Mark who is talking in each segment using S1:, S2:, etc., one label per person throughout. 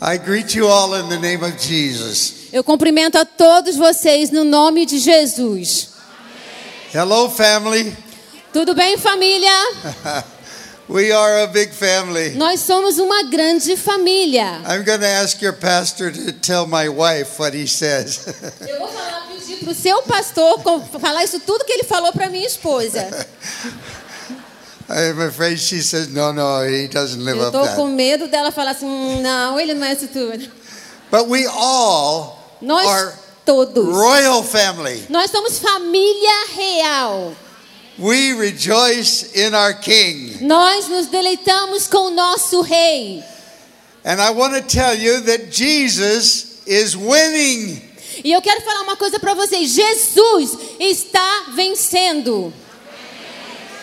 S1: I greet you all in the name of Jesus.
S2: Eu cumprimento a todos vocês no nome de Jesus.
S1: Hello, family.
S2: Tudo bem, família?
S1: We are a big family.
S2: Nós somos uma grande família.
S1: I'm going to ask your pastor to tell my wife what he says.
S2: Eu vou falar, pedir pro seu pastor co- falar isso tudo que ele falou pra minha esposa.
S1: I'm afraid she says, no, no, he doesn't live
S2: Eu
S1: up
S2: tô com
S1: that.
S2: medo dela falar assim, "Hum, não, ele não é isso tudo.
S1: But we all
S2: Nós
S1: are
S2: todos.
S1: royal family.
S2: Nós somos família real.
S1: We rejoice in our King.
S2: Nós nos deleitamos com o nosso rei.
S1: And I want to tell you that Jesus is winning.
S2: E eu quero falar uma coisa pra vocês. Jesus está vencendo.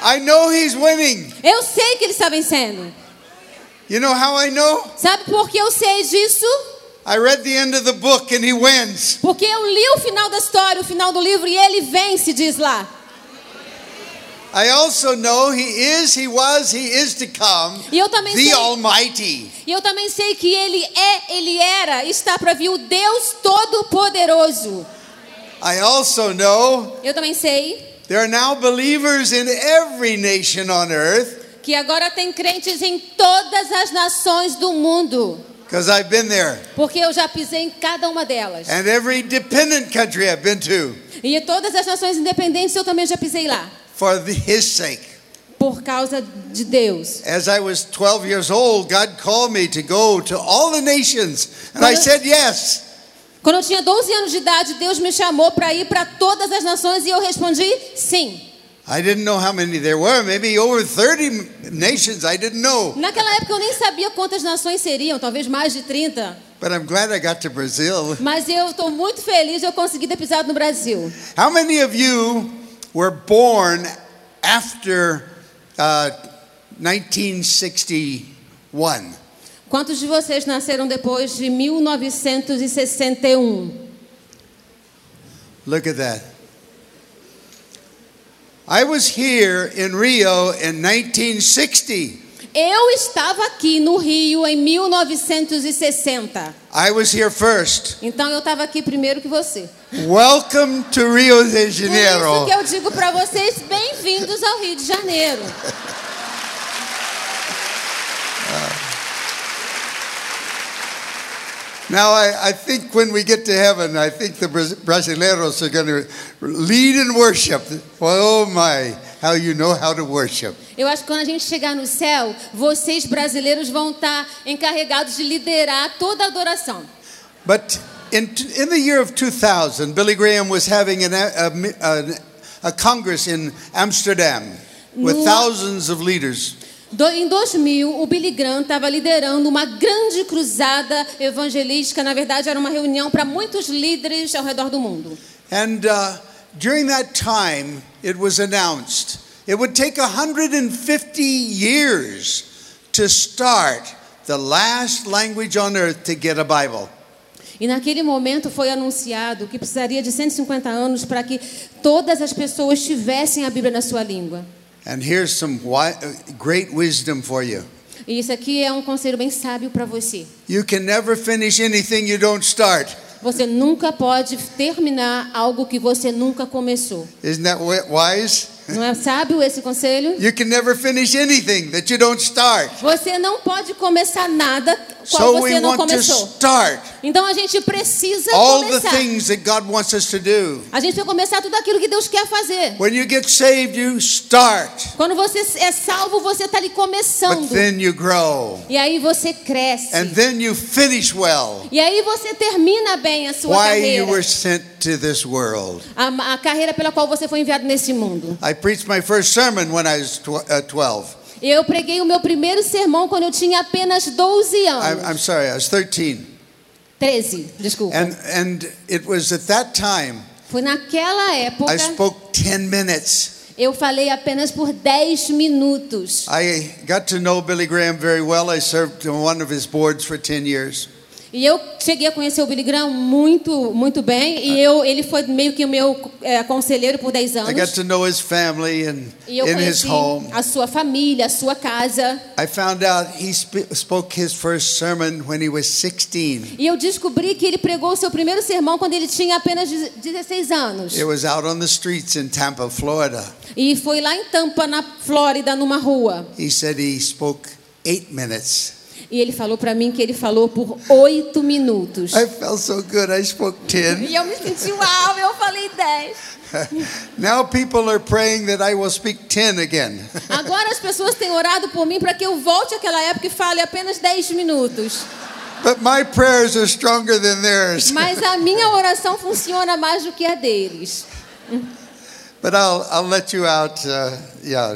S1: I know he's winning.
S2: Eu sei que ele está vencendo.
S1: You know how I know?
S2: Sabe por que eu sei disso?
S1: I read the end of the book and he wins.
S2: Porque eu li o final da história, o final do livro, e ele vence, diz lá.
S1: I also know he is, he was, he is to come,
S2: E eu também
S1: the
S2: sei.
S1: Almighty.
S2: E eu também sei que ele é, ele era, está para vir o Deus Todo-Poderoso.
S1: I also know
S2: Eu também sei
S1: there are now believers in every nation on earth
S2: que agora tem crentes em todas as nações do mundo,
S1: because I've been there.
S2: porque eu já pisei em cada uma delas.
S1: And every dependent country I've been to
S2: E em todas as nações independentes eu também já pisei lá,
S1: for the, his sake.
S2: por causa de Deus.
S1: As I was 12 years old, God called me to go to all the nations. And I
S2: Quando-
S1: said yes.
S2: Quando eu tinha 12 anos de idade, Deus me chamou para ir para todas as nações e eu respondi sim.
S1: I didn't know how many there were, maybe over 30 m- nations. I didn't know.
S2: Naquela época eu nem sabia quantas nações seriam, talvez mais de 30.
S1: But I'm glad I got to Brazil.
S2: Mas eu estou muito feliz de eu conseguir ter pisado no Brasil.
S1: How many of you were born after uh, 1961?
S2: Quantos de vocês nasceram depois de 1961?
S1: Look at that. I was here in Rio in 1960.
S2: Eu estava aqui no Rio em 1960.
S1: I was here first.
S2: Então eu estava aqui primeiro que você.
S1: Welcome to Rio de
S2: Por isso
S1: Janeiro.
S2: que eu digo para vocês, bem-vindos ao Rio de Janeiro.
S1: Now, I, I think when we get to heaven, I think the Braz- Brasileiros are going to lead in worship. Oh my, how you know how to worship.
S2: Eu acho que quando a gente chegar no céu, vocês brasileiros vão estar encarregados de liderar toda a adoração.
S1: But in, t- in the year of 2000, Billy Graham was having an, a, a, mi- an- a congress in Amsterdam with
S2: No.
S1: thousands of leaders.
S2: Do- em 2000, o Billy Graham estava liderando uma grande cruzada evangelística. Na verdade, era uma reunião para muitos líderes ao redor do mundo.
S1: And uh, during that time, it was announced it would take 150 years to start the last language on earth to get a Bible.
S2: E naquele momento foi anunciado que precisaria de 150 anos para que todas as pessoas tivessem a Bíblia na sua língua.
S1: And here's some wi- uh, great wisdom for you.
S2: E isso aqui é um conselho bem sábio para você.
S1: You can never finish anything you don't start.
S2: Você nunca pode terminar algo que você nunca começou.
S1: Isn't that wi- wise?
S2: Não é sábio esse conselho?
S1: You can never finish anything that you don't start.
S2: Você não pode começar nada qual
S1: So we
S2: você não
S1: want to
S2: começou.
S1: start
S2: Então a gente precisa
S1: all the
S2: começar.
S1: things that God wants us to do.
S2: A gente precisa começar tudo aquilo que Deus quer fazer.
S1: When you get saved, you start.
S2: Quando você é salvo, você está ali
S1: But
S2: começando.
S1: then you grow.
S2: E aí você cresce.
S1: And then you finish well
S2: E aí você termina bem a sua
S1: why you
S2: carreira.
S1: were sent to this world.
S2: A, a carreira pela qual você foi enviado nesse mundo.
S1: I preached my first sermon when I was tw- uh, 12.
S2: Eu preguei o meu primeiro sermão quando eu tinha apenas 12
S1: I,
S2: anos.
S1: I'm sorry, I was 13.
S2: 13, desculpa.
S1: And, and it was at that time
S2: Foi naquela época,
S1: I spoke 10 minutes.
S2: eu falei apenas por 10 minutos.
S1: I got to know Billy Graham very well. I served on one of his boards for 10 years.
S2: E eu cheguei a conhecer o Billy Graham muito, muito bem. E eu, ele foi meio que o meu eh, conselheiro por 10
S1: I got
S2: anos.
S1: to know his family and
S2: E eu
S1: in his
S2: conheci
S1: home.
S2: a sua família, a sua casa.
S1: I found out he sp- spoke his first sermon when he was 16.
S2: E eu descobri que ele pregou o seu primeiro sermão quando ele tinha apenas deze- 16 anos.
S1: It was out on the streets in Tampa, Florida.
S2: E foi lá em Tampa, na Flórida, numa rua.
S1: He said he spoke eight minutes.
S2: E ele falou pra mim que ele falou por oito minutos.
S1: I felt so good. I spoke 10.
S2: E eu me senti uau, eu falei 10.
S1: Now people are praying that I will speak 10 again.
S2: Agora as pessoas têm orado por mim para que eu volte àquela época e fale apenas 10 minutos.
S1: But my prayers are stronger than theirs.
S2: Mas a minha oração funciona mais do que a deles.
S1: But I'll, I'll let you out, uh, yeah,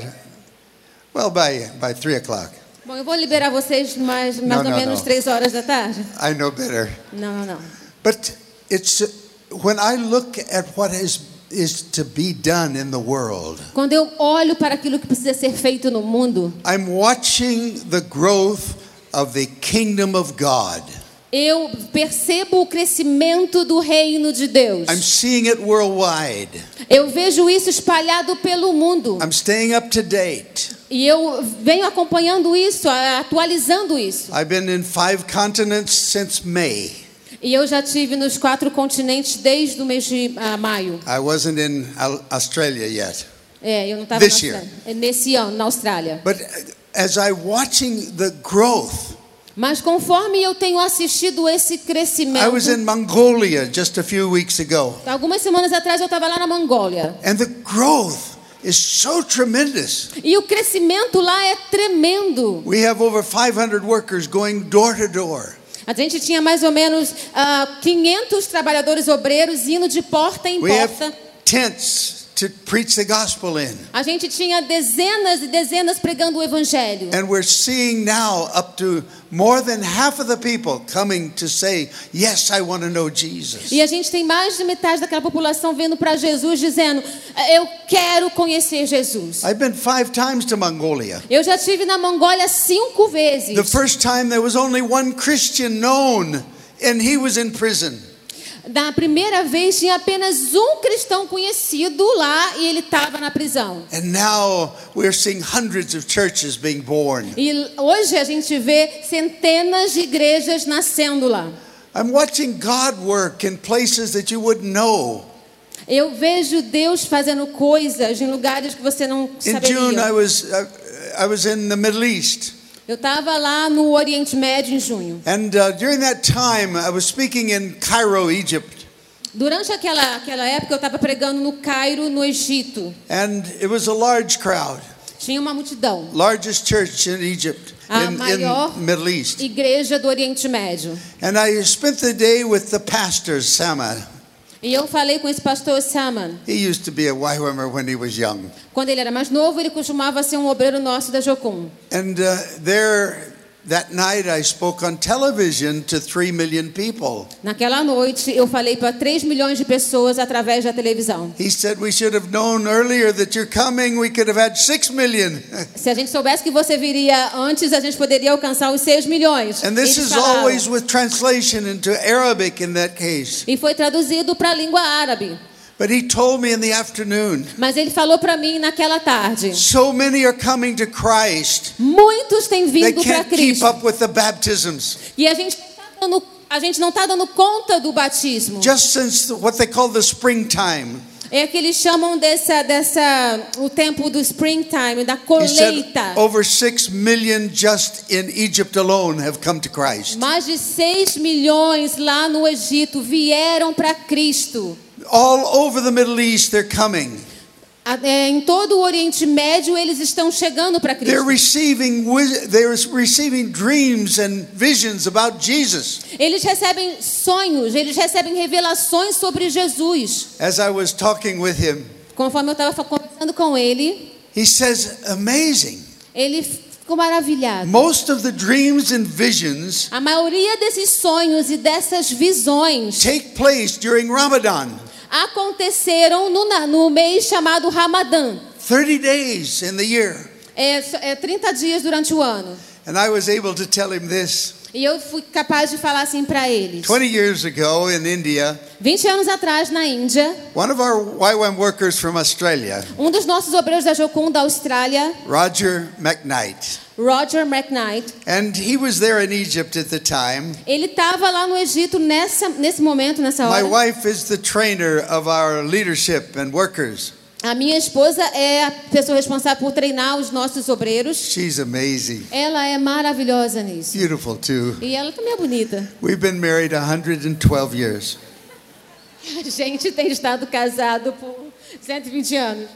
S1: well, by, by 3 o'clock.
S2: Bom, eu vou liberar vocês mais, mais
S1: Não,
S2: ou
S1: não,
S2: menos
S1: não.
S2: três horas da tarde.
S1: I know better.
S2: Não, não, não.
S1: But it's when I look at what is, is to be done in the world,
S2: Quando eu olho para aquilo que precisa ser feito no mundo,
S1: I'm watching the growth of the kingdom of God.
S2: eu percebo o crescimento do reino de Deus.
S1: I'm seeing it worldwide.
S2: Eu vejo isso espalhado pelo mundo.
S1: I'm staying up to date.
S2: E eu venho acompanhando isso, a- atualizando isso.
S1: I've been in five continents since May.
S2: E eu já tive nos quatro continentes desde o mês de ah, maio.
S1: I wasn't in Al- Australia yet.
S2: É, eu não estava
S1: This
S2: nesse ano na Austrália.
S1: But as I'm watching the growth,
S2: Mas conforme eu tenho assistido esse
S1: I
S2: crescimento,
S1: was in Mongolia just a few weeks ago,
S2: algumas semanas atrás eu estava lá na Mongólia.
S1: and the growth is so tremendous.
S2: E o crescimento lá é tremendo.
S1: We have over 500 workers going door to door.
S2: A gente tinha mais ou menos ah, 500 trabalhadores obreiros indo de porta em
S1: We
S2: porta.
S1: have tents to preach the gospel in.
S2: A gente tinha dezenas e dezenas pregando o evangelho.
S1: And we're seeing now up to more than half of the people coming to say, Yes, I want to know Jesus.
S2: E a gente tem mais de metade daquela população vindo para Jesus dizendo: Eu quero conhecer Jesus.
S1: I've been five times to Mongolia.
S2: Eu já tive na Mongólia cinco vezes.
S1: The first time there was only one Christian known, and he was in prison.
S2: Da primeira vez tinha apenas um cristão conhecido lá e ele estava na prisão.
S1: And now we're seeing hundreds of churches being born.
S2: E hoje a gente vê centenas de igrejas nascendo lá.
S1: I'm watching God work in places that you wouldn't know.
S2: Eu vejo Deus fazendo coisas em lugares que você não
S1: In June, I
S2: saberia.
S1: was uh, I was in the Middle East,
S2: Eu estava lá no Oriente Médio em junho.
S1: and uh, during that time, I was speaking in Cairo, Egypt,
S2: Durante aquela, aquela época, eu estava pregando no Cairo, no Egito.
S1: and it was a large crowd,
S2: Tinha uma multidão.
S1: largest church in Egypt
S2: A
S1: in,
S2: maior-
S1: in Middle East.
S2: Igreja do Oriente Médio.
S1: And I spent the day with the pastor Sama.
S2: E eu falei com esse pastor Saman.
S1: He used to be a YWAMer when he was young,
S2: Quando ele era mais novo, ele costumava ser um obreiro nosso da Jocum.
S1: and uh, there. That night, I spoke on television to three million people.
S2: Naquela noite, eu falei para 3 milhões de pessoas através da televisão.
S1: He said, We should have known earlier that you're coming. We could have had six million.
S2: Se a gente soubesse que você viria antes, a gente poderia alcançar os 6 milhões.
S1: And this
S2: Eles
S1: is
S2: falaram.
S1: always with translation into Arabic in that case.
S2: E foi traduzido para a língua árabe.
S1: But he told me in the afternoon,
S2: Mas ele falou para mim naquela tarde.
S1: so many are coming to Christ.
S2: Muitos têm
S1: They
S2: vindo para
S1: can't keep
S2: Cristo.
S1: up with the baptisms.
S2: E a gente, não tá dando- a gente não está dando conta do batismo.
S1: Just since the- what they call the springtime,
S2: É que eles chamam dessa, dessa, o tempo do springtime, da
S1: he said "Oh."
S2: colheita.
S1: over six million just in Egypt alone have come to Christ.
S2: Mais de 6 milhões lá no Egito vieram para Cristo.
S1: All over the Middle East, they're coming.
S2: A- é, em todo o Oriente Médio eles estão chegando para
S1: They're
S2: Cristo.
S1: receiving, wis- they're receiving dreams and visions about Jesus.
S2: Eles recebem sonhos, eles recebem revelações sobre Jesus.
S1: As I was talking with him,
S2: Conforme eu estava conversando com ele,
S1: he says, amazing.
S2: ele ficou maravilhado.
S1: Most of the dreams and visions
S2: A maioria desses sonhos e dessas visões
S1: take place during Ramadan.
S2: aconteceram no, na- no mês chamado Ramadã.
S1: 30 days in the year.
S2: É, é 30 dias durante o ano.
S1: And I was able to tell him this.
S2: E eu fui capaz de falar assim para eles.
S1: 20 years ago in India,
S2: 20 anos atrás, na Índia,
S1: one of our YWAM workers from Australia,
S2: um dos nossos obreiros da Jocum da Austrália,
S1: Roger McKnight,
S2: Roger McKnight,
S1: and he was there in Egypt at the time.
S2: ele estava lá no Egito nessa, nesse momento, nessa
S1: My
S2: hora.
S1: wife is the trainer of our leadership and workers.
S2: A minha esposa é a pessoa responsável por treinar os nossos obreiros.
S1: She's amazing,
S2: Ela é maravilhosa nisso.
S1: beautiful too.
S2: E ela também é bonita.
S1: We've been married 112 years.
S2: A gente tem estado casado por 120 anos.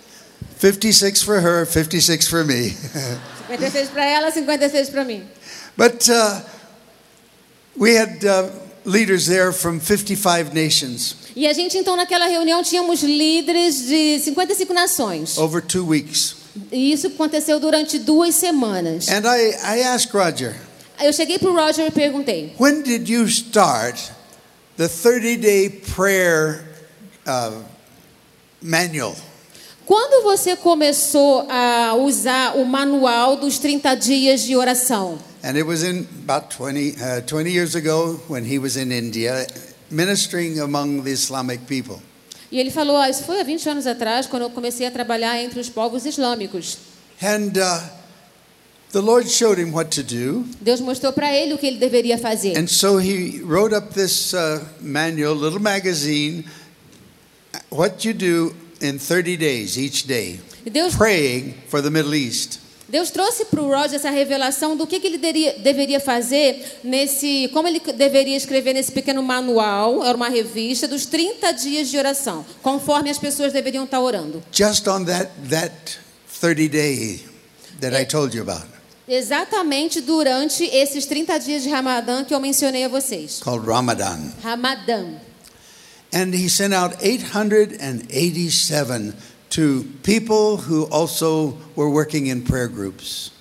S1: 56 for her, 56 for me.
S2: 56 para ela, 56 para mim.
S1: But uh, we had uh, leaders there from 55 nations
S2: E a gente, então, naquela reunião, tínhamos líderes de 55 nações.
S1: over two weeks.
S2: E isso aconteceu durante duas semanas.
S1: And I, I asked Roger,
S2: Eu cheguei para o Roger e perguntei:
S1: when did you start the 30 day prayer uh, manual?
S2: quando você começou a usar o manual dos 30 dias de oração?
S1: And it was in about 20, uh, 20 years ago when he was in India ministering among the Islamic people.
S2: E ele falou: ah, Isso foi há 20 anos atrás, quando eu comecei a trabalhar entre os povos islâmicos.
S1: And uh, the Lord showed him what to do.
S2: Deus mostrou para ele o que ele deveria fazer.
S1: And so he wrote up this uh, manual, little magazine, what you do in 30 days each day,
S2: E Deus,
S1: praying for the Middle East.
S2: Deus trouxe para o Roger essa revelação do que, que ele deria- deveria fazer nesse, como ele deveria escrever nesse pequeno manual, era uma revista dos 30 dias de oração, conforme as pessoas deveriam estar orando.
S1: Just on that, that 30 day that I told you about,
S2: Exatamente durante esses 30 dias de Ramadã que eu mencionei a vocês.
S1: called Ramadan.
S2: Ramadã.
S1: And he sent out 887 to people who also were working in prayer groups.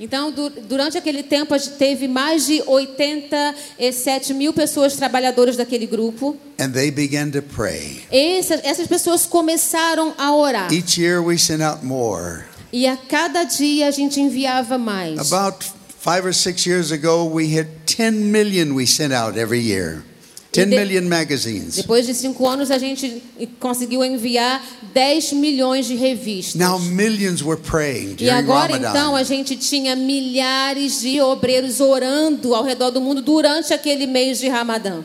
S2: Então, du- durante aquele tempo, a gente teve mais de 87 mil pessoas trabalhadoras daquele grupo.
S1: And they began to pray.
S2: Essas, essas pessoas começaram a orar.
S1: Each year we sent out more.
S2: E a cada dia a gente enviava mais.
S1: About five or six years ago, we hit 10 million we sent out every year. 10
S2: Ide-
S1: million magazines.
S2: Depois de cinco anos, a gente conseguiu enviar 10 milhões de revistas.
S1: Now millions were praying
S2: E
S1: during
S2: agora então a
S1: Ramadan.
S2: gente tinha milhares de obreiros orando ao redor do mundo durante aquele mês de Ramadã.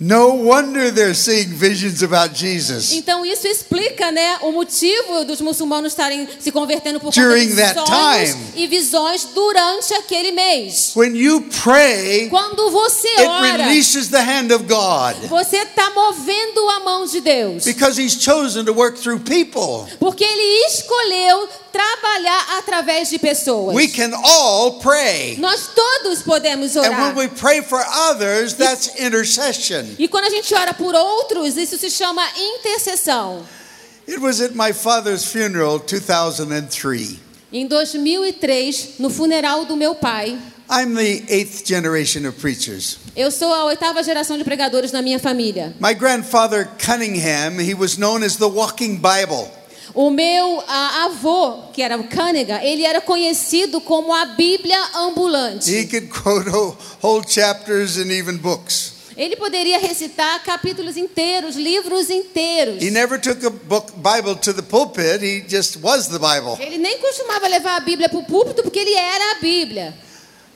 S1: No wonder they're seeing visions about Jesus.
S2: Então isso explica, né, o motivo dos muçulmanos estarem se convertendo por
S1: During
S2: conta de
S1: that
S2: sonhos
S1: time.
S2: e visões durante aquele mês.
S1: When you pray,
S2: Quando você
S1: it
S2: ora,
S1: releases the hand of God
S2: você está movendo a mão de Deus.
S1: because He's chosen to work through people.
S2: Porque ele escolheu trabalhar através de pessoas.
S1: We can all pray.
S2: Nós todos podemos
S1: And when
S2: orar.
S1: we pray for others, that's intercession.
S2: E quando a gente ora por outros, isso se chama intercessão.
S1: It was at my father's funeral 2003.
S2: Em 2003, no funeral do meu pai,
S1: I'm the eighth generation of preachers.
S2: eu sou a oitava geração de pregadores na minha família.
S1: My grandfather Cunningham, he was known as the walking Bible.
S2: O meu ah, avô, que era o Cunningham, ele era conhecido como a Bíblia ambulante.
S1: He could quote whole- whole chapters and even books.
S2: Ele poderia recitar capítulos inteiros, livros inteiros.
S1: He never took a book Bible to the pulpit, he just was the Bible.
S2: Ele nem costumava levar a Bíblia para o púlpito porque ele era a Bíblia.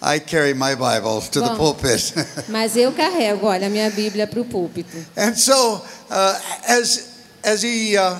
S1: I carry my Bible to the
S2: Wow.
S1: pulpit.
S2: Mas eu carrego, olha, a minha Bíblia para o púlpito.
S1: and so uh, as as he uh,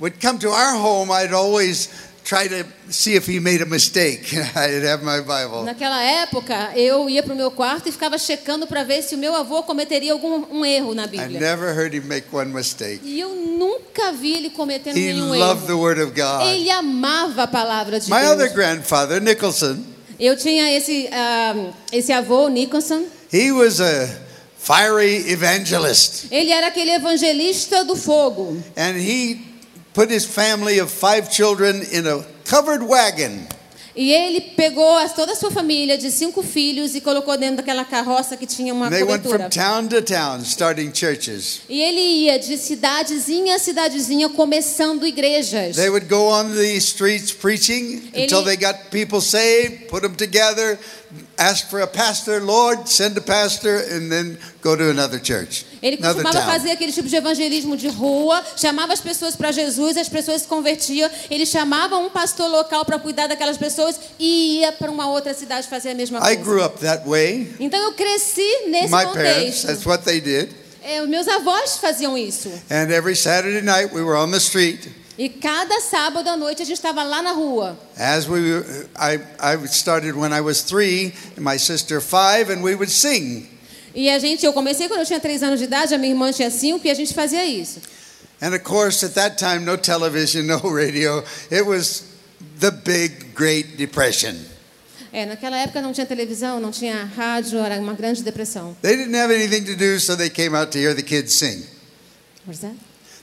S1: would come to our home, I'd always try to see if he made a mistake. I'd have my Bible.
S2: Naquela época, eu ia para o meu quarto e ficava checando para ver se o meu avô cometeria algum um erro na
S1: I
S2: Bíblia.
S1: never heard him make one mistake.
S2: E eu nunca vi ele cometendo
S1: He
S2: nenhum
S1: loved the
S2: erro.
S1: Word of God.
S2: Ele amava a palavra de
S1: My other
S2: Deus.
S1: grandfather, Nicholson,
S2: Eu tinha esse, ah, esse avô, o Nicholson.
S1: he was a fiery evangelist,
S2: Ele era aquele evangelista do fogo.
S1: and he put his family of five children in a covered wagon,
S2: E ele pegou as- toda a sua família de cinco filhos e colocou dentro daquela carroça que tinha uma
S1: and they went
S2: cobertura.
S1: from town to town starting churches.
S2: E ele ia de cidadezinha a cidadezinha começando igrejas.
S1: They would go on the streets preaching until
S2: Ele-
S1: they got people saved, put them together, ask for a pastor, Lord, send a pastor, and then go to another church,
S2: Ele
S1: another
S2: costumava
S1: town.
S2: fazer aquele tipo de evangelismo de rua, chamava as pessoas para Jesus, as pessoas se convertiam, ele chamava um pastor local para cuidar daquelas pessoas e ia para uma outra cidade fazer a mesma
S1: I
S2: coisa.
S1: grew up that way.
S2: Então eu cresci nesse
S1: My parents,
S2: contexto.
S1: that's what they did.
S2: É, os meus avós faziam isso.
S1: And every Saturday night we were on the street.
S2: E cada sábado à noite a gente estava lá na rua.
S1: As we, were- I, I started when I was three, and my sister five, and we would sing.
S2: E a gente, eu comecei quando eu tinha três anos de idade, a minha irmã tinha cinco e a gente fazia isso.
S1: And of course, at that time, no television, no radio. It was the big Great Depression.
S2: É, naquela época não tinha televisão, não tinha rádio, era uma grande depressão.
S1: They didn't have anything to do, so they came out to hear the kids sing.
S2: What's that?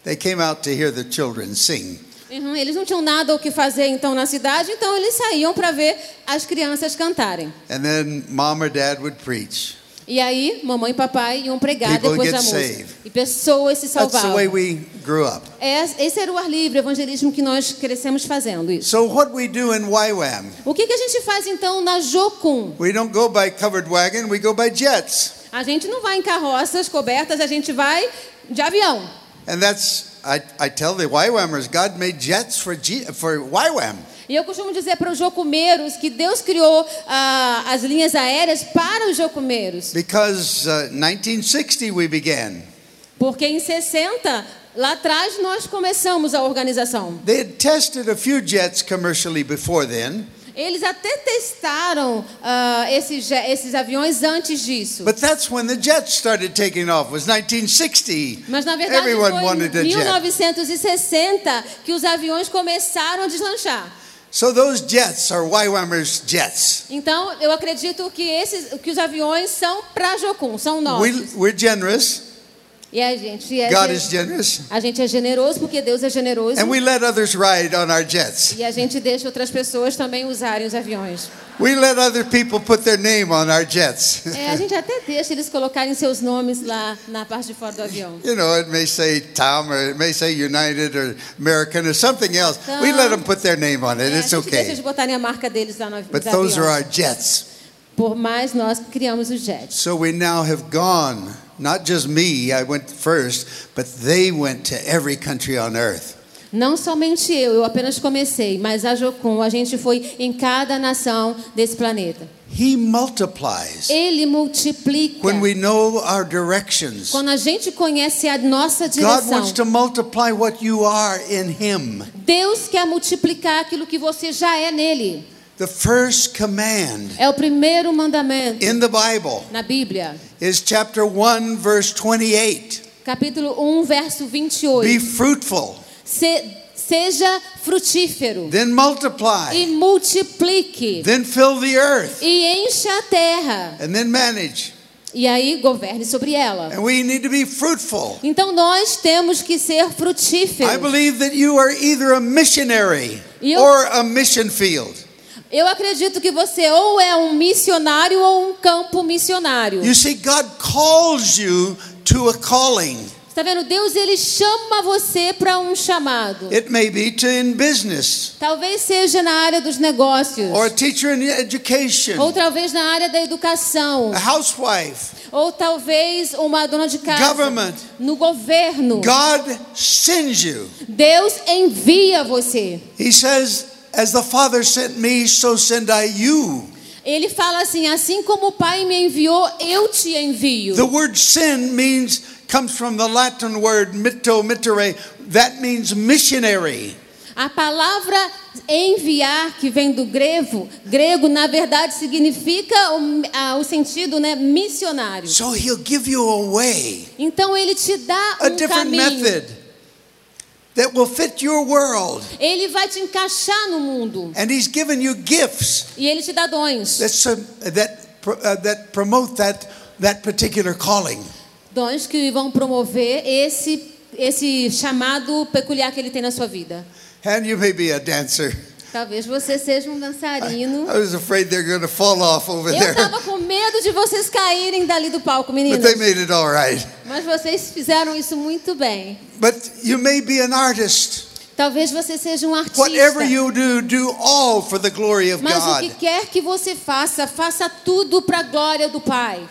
S1: They came out to hear the children sing.
S2: Uhum, eles não tinham nada o que fazer então na cidade, então eles saíam para ver as crianças cantarem.
S1: And then mom or dad would preach.
S2: E aí, mamãe e papai iam pregar
S1: People
S2: depois
S1: get
S2: da música.
S1: saved.
S2: E pessoas se
S1: That's the
S2: salvavam.
S1: way we grew up.
S2: É, esse era o ar livre, o evangelismo que nós crescemos fazendo isso.
S1: So, what we do in YWAM,
S2: O que, que a gente faz então na Jocum?
S1: we don't go by covered wagon, we go by jets.
S2: A gente não vai em carroças cobertas, a gente vai de avião.
S1: And that's, I, I tell the YWAMers, God made jets for, G, for YWAM.
S2: E eu costumo dizer para os jocumeiros que Deus criou ah, as linhas aéreas para os jocumeiros.
S1: Because uh, 1960 we began.
S2: Porque em 60, lá atrás, nós começamos a organização.
S1: They had tested a few jets commercially before then,
S2: Eles até testaram ah, esses, je- esses aviões antes disso.
S1: but that's when the jets started taking off. Was 1960?
S2: Mas na verdade
S1: Everyone wanted
S2: foi
S1: a
S2: em
S1: jet.
S2: 1960 que os aviões começaram a deslanchar.
S1: So those jets are YWAMers jets.
S2: Então, eu acredito que esses que os aviões são para Jocum, são
S1: We,
S2: nossos.
S1: we're generous.
S2: E a gente é
S1: God
S2: gen-
S1: is generous,
S2: a gente é generoso porque Deus é generoso.
S1: and we let others ride on our jets.
S2: E a gente deixa outras pessoas também usarem os aviões.
S1: We let other people put their name on our jets.
S2: É, a gente até deixa eles colocarem seus nomes lá na parte de fora do avião.
S1: You know, it may say Tom, or it may say United, or American, or something else. We let them put their name on it.
S2: É, a
S1: It's
S2: gente deixa eles
S1: okay.
S2: botarem a marca deles lá no avi-
S1: But
S2: nos
S1: those are
S2: aviões.
S1: our jets.
S2: Por mais nós criamos os jets.
S1: So we now have gone, not just me, I went first, but they went to every country on earth.
S2: Não somente eu, eu apenas comecei, mas a Jocum, a gente foi em cada nação desse planeta.
S1: He multiplies
S2: Ele multiplica.
S1: when we know our directions.
S2: Quando a gente conhece a nossa
S1: God wants
S2: direção,
S1: to multiply what you are in Him.
S2: Deus quer multiplicar aquilo que você já é nele.
S1: The first command
S2: É o primeiro mandamento
S1: in the Bible
S2: na Bíblia.
S1: is chapter 1, verse 28.
S2: Capítulo 1, verso
S1: Be
S2: 28.
S1: fruitful,
S2: Se, seja frutífero
S1: then
S2: e
S1: multiply,
S2: multiplique
S1: then fill the earth,
S2: e encha a terra
S1: and then manage.
S2: e aí governe sobre ela.
S1: And we need to be fruitful.
S2: Então nós temos que ser
S1: I
S2: frutíferos.
S1: believe that you are either a missionary
S2: E eu-
S1: or a mission field.
S2: Eu acredito que você ou é um missionário ou um campo missionário.
S1: You see, God calls you to a calling.
S2: Está Tá vendo? Deus ele chama você para um chamado.
S1: It may be to in business
S2: Talvez seja na área dos negócios,
S1: or a teacher in education,
S2: ou talvez na área da educação,
S1: a housewife.
S2: ou talvez uma dona de casa,
S1: Government.
S2: no governo.
S1: God sends you.
S2: Deus envia você.
S1: He says, As the Father sent me, so send I you.
S2: Ele fala assim: assim como o Pai me enviou, eu te envio.
S1: The word send means comes from the Latin word mitto mittere. That means missionary.
S2: A palavra enviar, que vem do grego, grego na verdade significa o, ah, o sentido né, missionário.
S1: So he'll give you a way.
S2: Então ele te dá
S1: a
S2: um
S1: different
S2: caminho.
S1: method that will fit your world.
S2: Ele vai te encaixar no mundo
S1: And He's given you gifts
S2: e ele te dá dons.
S1: that some, that pro- uh, that promote that that particular calling.
S2: Dons que vão promover esse esse chamado peculiar que ele tem na sua vida.
S1: And you may be a dancer.
S2: Talvez você seja um dançarino.
S1: I was afraid they're going to fall off over
S2: Eu
S1: there,
S2: tava com medo de vocês caírem dali do palco,
S1: but they
S2: meninas.
S1: made it all right.
S2: Mas vocês fizeram isso muito bem.
S1: But you may be an artist.
S2: Talvez você seja um artista.
S1: Whatever you do, do all for the glory of
S2: Mas o
S1: God.
S2: que quer que você faça, faça tudo para a glória do Pai.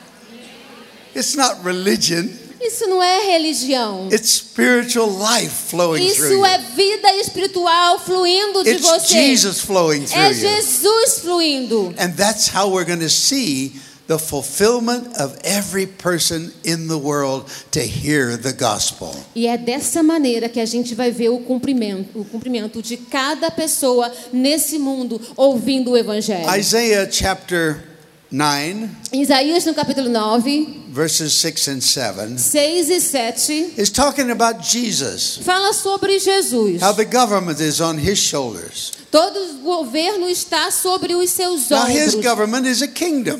S1: It's not religion,
S2: Isso não é religião.
S1: it's spiritual life flowing through
S2: Isso
S1: you.
S2: é vida espiritual fluindo de
S1: It's
S2: você.
S1: Jesus flowing through
S2: É
S1: you.
S2: Jesus fluindo.
S1: And that's how we're going to see the fulfillment of every person in the world to hear the gospel.
S2: E é dessa maneira que a gente vai ver o cumprimento, o cumprimento de cada pessoa nesse mundo ouvindo o evangelho.
S1: Isaiah chapter 9,
S2: Isaías no capítulo 9,
S1: verses 6 and 7
S2: 6 e 7
S1: is talking about Jesus,
S2: fala sobre Jesus.
S1: how the government is on his shoulders.
S2: Todo o governo está sobre os seus
S1: Now, his
S2: ombros.
S1: government is a kingdom,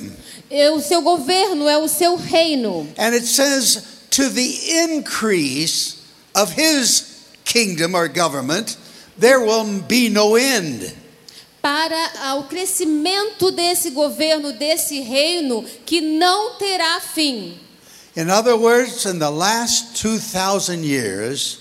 S2: E O seu governo é o seu reino.
S1: and it says to the increase of his kingdom or government, there will be no end.
S2: Para ah, o crescimento desse governo, desse reino, que não terá fim.
S1: In other words, in the last 2,000 years,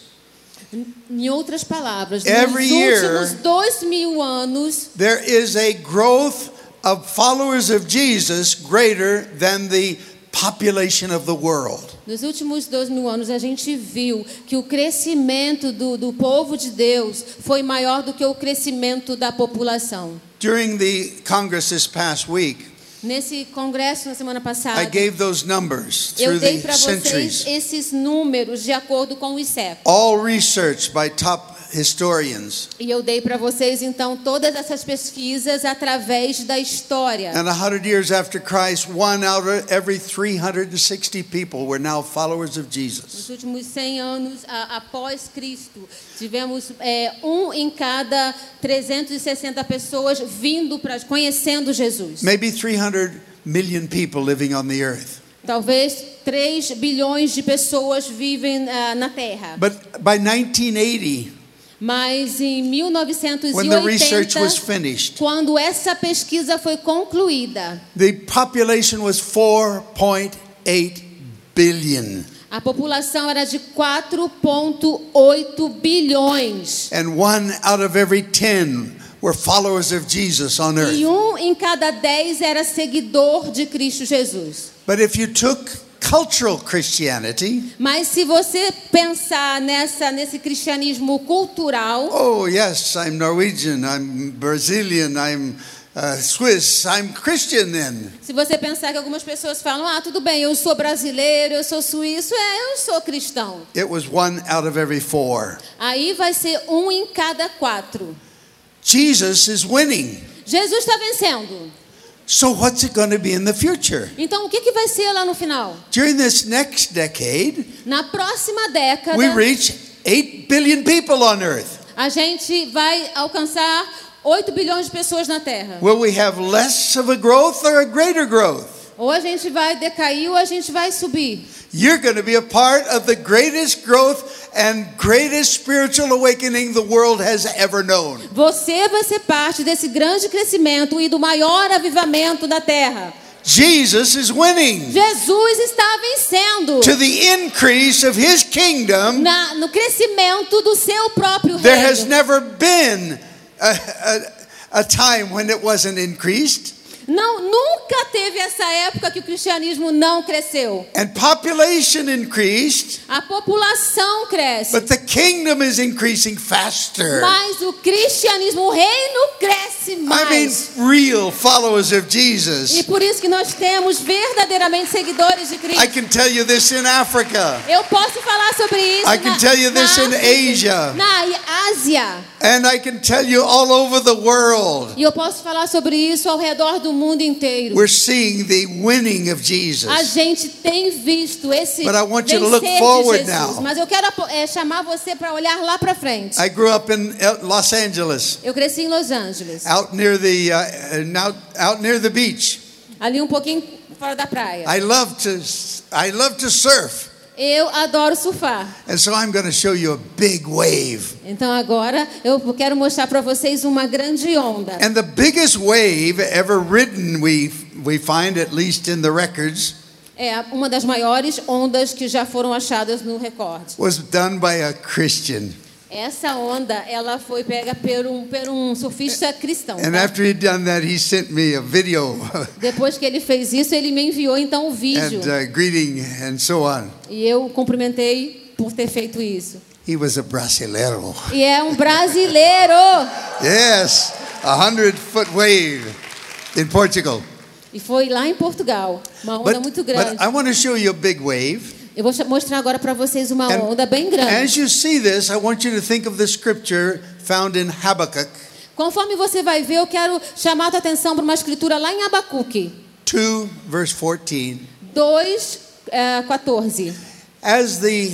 S2: Em outras palavras,
S1: Every
S2: nos últimos
S1: year-
S2: dois mil anos,
S1: there is a growth of followers of Jesus greater than the population of the world.
S2: Nos últimos dois mil anos, a gente viu que o crescimento do, do povo de Deus foi maior do que o crescimento da população.
S1: During the Congress this past week,
S2: Nesse congresso, na semana
S1: I
S2: passada,
S1: gave those numbers
S2: Uh, eu
S1: through
S2: dei
S1: the
S2: para vocês e
S1: centuries.
S2: esses números de acordo com os séculos.
S1: All research by top historians
S2: E eu dei para vocês, então, todas essas pesquisas através da história.
S1: And 100 years after Christ, one out of every 360 people were now followers of Jesus.
S2: Nos últimos 100 anos a- após Cristo, tivemos é, um em cada 360 pessoas vindo para conhecendo Jesus.
S1: Maybe 300 million people living on the earth.
S2: Talvez 3 bilhões de pessoas vivem ah, na Terra.
S1: But by 1980,
S2: Mas em
S1: when the research was
S2: 1980,
S1: finished,
S2: quando essa pesquisa foi concluída,
S1: the population was 4.8 billion,
S2: a população era de 4,8 bilhões.
S1: and one out of every 10 were followers of Jesus on
S2: E
S1: earth.
S2: um em cada 10 era seguidor de Cristo Jesus.
S1: But if you took cultural Christianity,
S2: Mas se você pensar nessa, nesse cristianismo cultural,
S1: Oh, yes, I'm Norwegian, I'm Brazilian, I'm uh, Swiss, I'm Christian then.
S2: se você pensar que algumas pessoas falam, ah, tudo bem, eu sou brasileiro, eu sou suíço, é, eu sou cristão.
S1: It was one out of every four.
S2: Aí vai ser um em cada quatro.
S1: Jesus is winning.
S2: Jesus está vencendo.
S1: So, what's it going to be in the future?
S2: Então, o que, que vai ser lá no final?
S1: During this next decade,
S2: Na próxima década,
S1: we reach 8 billion people on earth.
S2: a gente vai alcançar 8 bilhões de pessoas na Terra.
S1: Will we have less of a growth or a greater growth?
S2: Ou a gente vai decair ou a gente vai subir.
S1: You're going to be a part of the greatest growth and greatest spiritual awakening the world has ever known.
S2: Você vai ser parte desse grande crescimento e do maior avivamento da Terra.
S1: Jesus is winning.
S2: Jesus está vencendo.
S1: to the increase of his kingdom,
S2: Na- no crescimento do seu próprio
S1: there has
S2: reino.
S1: never been a, a, a time when it wasn't increased.
S2: Não, nunca teve essa época que o cristianismo não cresceu.
S1: And population increased,
S2: A população cresce.
S1: but the kingdom is increasing faster.
S2: Mas o cristianismo, o reino cresce
S1: I mean,
S2: mais.
S1: real followers of
S2: E
S1: Jesus.
S2: por isso que nós temos verdadeiramente seguidores de
S1: I
S2: Cristo.
S1: can tell you this in Africa,
S2: Eu posso falar sobre isso
S1: I can
S2: na,
S1: tell you
S2: na
S1: this in
S2: África,
S1: Asia.
S2: na Ásia.
S1: and I can tell you all over the world,
S2: E eu posso falar sobre isso ao redor do mundo inteiro.
S1: we're seeing the winning of
S2: A
S1: Jesus.
S2: gente tem visto esse
S1: But I want you to look
S2: vencer de
S1: forward
S2: Jesus,
S1: now.
S2: mas eu quero apo- eh, chamar você para olhar lá para frente.
S1: I grew up in uh, Los Angeles.
S2: Eu cresci em Los Angeles,
S1: out near the uh, and out, out near the beach.
S2: ali um pouquinho fora da praia.
S1: I love to s- I love to surf,
S2: Eu adoro surfar.
S1: and so I'm going to show you a big wave.
S2: Então agora eu quero mostrar para vocês uma grande onda.
S1: And the biggest wave ever ridden we we find at least in the records
S2: É uma das maiores ondas que já foram achadas no recorde.
S1: was done by a Christian.
S2: Essa onda, ela foi pega por um, por um surfista cristão.
S1: And
S2: tá?
S1: after he'd done that, he sent me a video
S2: Depois que ele fez isso, ele me enviou então um vídeo.
S1: and uh, greeting and so on.
S2: E eu o cumprimentei por ter feito isso.
S1: He was a brasileiro.
S2: E é um brasileiro.
S1: Yes, a hundred foot wave in Portugal.
S2: E foi lá em Portugal. Uma onda
S1: But,
S2: muito grande.
S1: but I want to show you a big wave.
S2: Eu vou cho- mostrar agora para vocês uma
S1: And
S2: onda bem grande.
S1: As you see this, I want you to think of the scripture found in Habakkuk
S2: Conforme você vai ver, eu quero chamar a tua atenção para uma escritura lá em Abacuque
S1: 2, verse 14.
S2: 2, eh, 14.
S1: As the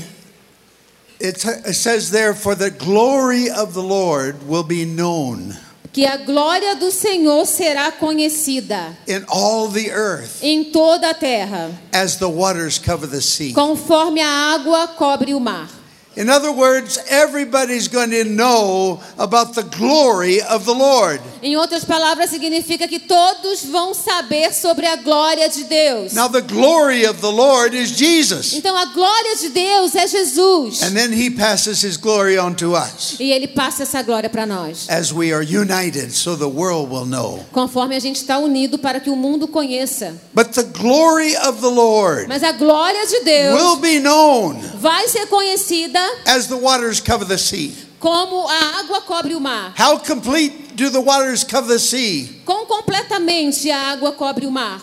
S1: it, it says there, for the glory of the Lord will be known
S2: Que a glória do Senhor será conhecida
S1: in all the earth
S2: em toda a terra,
S1: as the waters cover the sea.
S2: conforme a água cobre o mar.
S1: In other words, everybody's going to know about the glory of the Lord.
S2: Em outras palavras, significa que todos vão saber sobre a glória de Deus.
S1: Now, the glory of the Lord is Jesus.
S2: Então, a glória de Deus é Jesus.
S1: And then he passes his glory on to us.
S2: E ele passa essa glória para nós.
S1: as we are united so the world will know.
S2: Conforme a gente está unido para que o mundo conheça.
S1: But the glory of the Lord
S2: Mas a glória de Deus
S1: will be known
S2: vai ser conhecida
S1: as the waters cover the sea.
S2: como a água cobre o mar.
S1: How complete do the waters cover the sea?
S2: Quão completamente a água cobre o mar?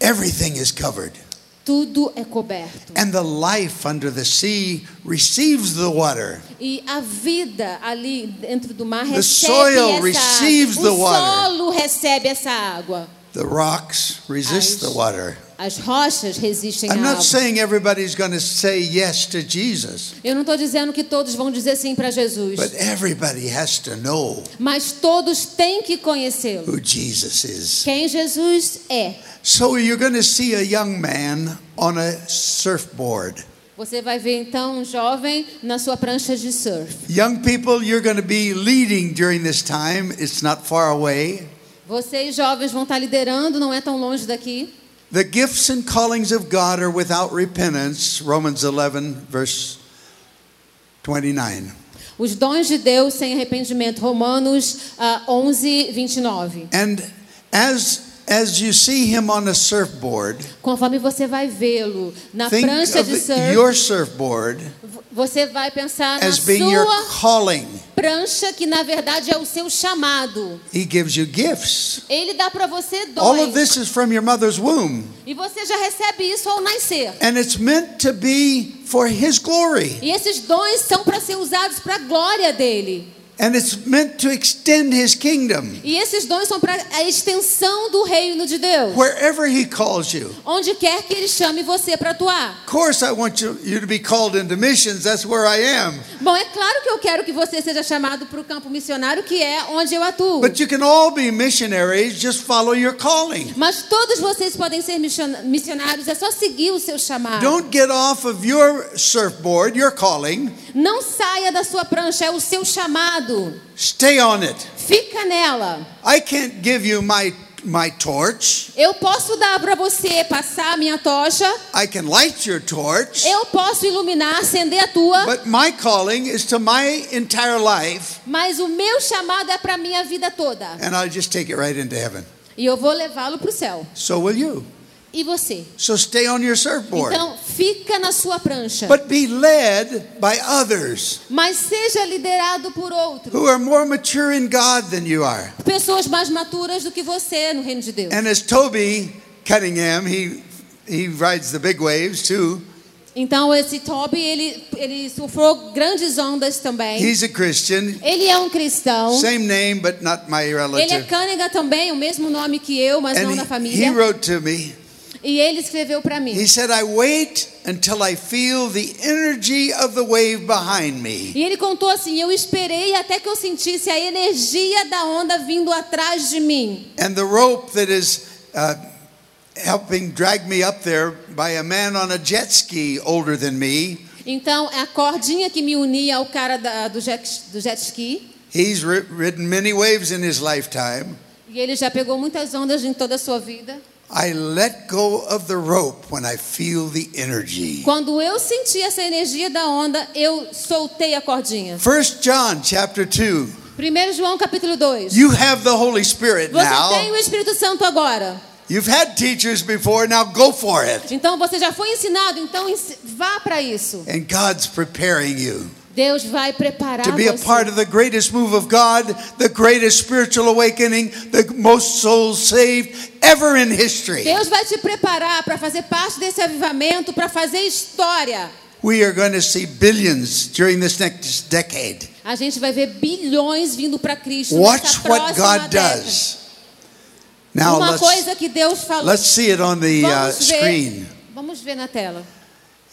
S1: Everything is covered.
S2: Tudo é coberto.
S1: And the life under the sea receives the water.
S2: E a vida ali dentro do mar
S1: The
S2: recebe
S1: soil
S2: essa
S1: receives the
S2: água. O
S1: water.
S2: solo recebe essa água.
S1: The rocks resist the water.
S2: As rochas resistem
S1: I'm
S2: à
S1: not
S2: água.
S1: saying everybody's going to say yes to Jesus,
S2: Eu não estou dizendo que todos vão dizer sim para Jesus,
S1: but everybody has to know
S2: mas todos têm que conhecê-lo.
S1: who Jesus is.
S2: Quem Jesus é.
S1: So you're going to see a young man on a surfboard.
S2: Você vai ver então um jovem na sua prancha de surf.
S1: Young people, you're going to be leading during this time. It's not far away.
S2: Vocês jovens vão estar liderando, não é tão longe daqui.
S1: The gifts and callings of God are without repentance. Romans 11, verse 29.
S2: Os dons de Deus sem arrependimento. Romanos ah, 11, 29.
S1: And as as you see him on a surfboard,
S2: Conforme você vai vê-lo na
S1: think
S2: prancha
S1: of
S2: de
S1: the-
S2: surf,
S1: your surfboard
S2: vo- você vai pensar na
S1: as being your
S2: sua
S1: calling.
S2: prancha, que na verdade é o seu chamado.
S1: He gives you gifts.
S2: Ele dá para você
S1: All of
S2: dons.
S1: this is from your mother's womb.
S2: E você já recebe isso ao nascer.
S1: And it's meant to be for His glory.
S2: E esses dons são para ser usados para a glória dele.
S1: And it's meant to extend His kingdom
S2: E esses dons são para a extensão do reino de Deus.
S1: wherever He calls you.
S2: Onde quer que ele chame você para atuar.
S1: Of course, I want you, you to be called into missions. That's where I am.
S2: Bom, é claro que eu quero que você seja chamado para o campo missionário, que é onde eu atuo.
S1: But you can all be missionaries, just follow your calling.
S2: Mas todos vocês podem ser missiona- missionários, é só seguir o seu chamado.
S1: Don't get off of your surfboard, your calling.
S2: Não saia da sua prancha, é o seu chamado.
S1: Stay on it.
S2: Fica nela.
S1: I can't give you my, my torch.
S2: Eu posso dar para você passar a minha tocha,
S1: I can light your torch.
S2: eu posso iluminar, acender a tua,
S1: But my calling is to my entire life,
S2: mas o meu chamado é para minha vida toda.
S1: and I'll just take it right into heaven.
S2: E eu vou levá-lo para o céu.
S1: So will you.
S2: E você?
S1: So stay on your surfboard.
S2: Então, fica na sua prancha.
S1: But be led by others
S2: Mas seja liderado por outro.
S1: who are more mature in God than you are.
S2: Pessoas mais maturas do que você no reino de Deus.
S1: And as Toby Cunningham, he he rides the big waves too.
S2: Então esse Toby, ele, ele surfou grandes ondas também.
S1: He's a Christian.
S2: Ele é um cristão.
S1: Same name, but not my
S2: Ele é
S1: relative.
S2: Cânega também, o mesmo nome que eu, mas não
S1: And
S2: da
S1: he, he
S2: família.
S1: wrote to me.
S2: E ele escreveu para mim.
S1: He said, "I wait until I feel the energy of the wave behind me."
S2: E ele contou assim: Eu esperei até que eu sentisse a energia da onda vindo atrás de mim.
S1: And the rope that is uh, helping drag me up there by a man on a jet ski older than me,
S2: Então a cordinha que me unia ao cara da- do, jet, do jet ski.
S1: he's ri- ridden many waves in his lifetime.
S2: E ele já pegou muitas ondas em toda a sua vida.
S1: I let go of the rope when I feel the energy.
S2: Quando eu senti essa energia da onda, eu soltei a cordinha.
S1: 1 John chapter 2.
S2: 1 João capítulo 2.
S1: You have the Holy Spirit
S2: Você tem
S1: now.
S2: o Espírito Santo agora.
S1: You've had teachers before, now go for it.
S2: Então você já foi ensinado, então ens- vá para isso.
S1: And God's preparing you
S2: Deus vai preparar
S1: to be a
S2: você
S1: part of the greatest move of God, the greatest spiritual awakening, the most souls saved ever in history.
S2: Deus vai te preparar para fazer parte desse avivamento, para fazer história.
S1: We are going to see billions during this next decade.
S2: A gente vai ver bilhões vindo para Cristo nessa
S1: Watch what
S2: próxima
S1: God
S2: década.
S1: does. Now
S2: Uma
S1: let's,
S2: coisa que Deus falou.
S1: let's see it on the uh,
S2: Vamos ver.
S1: screen.
S2: Vamos ver na tela.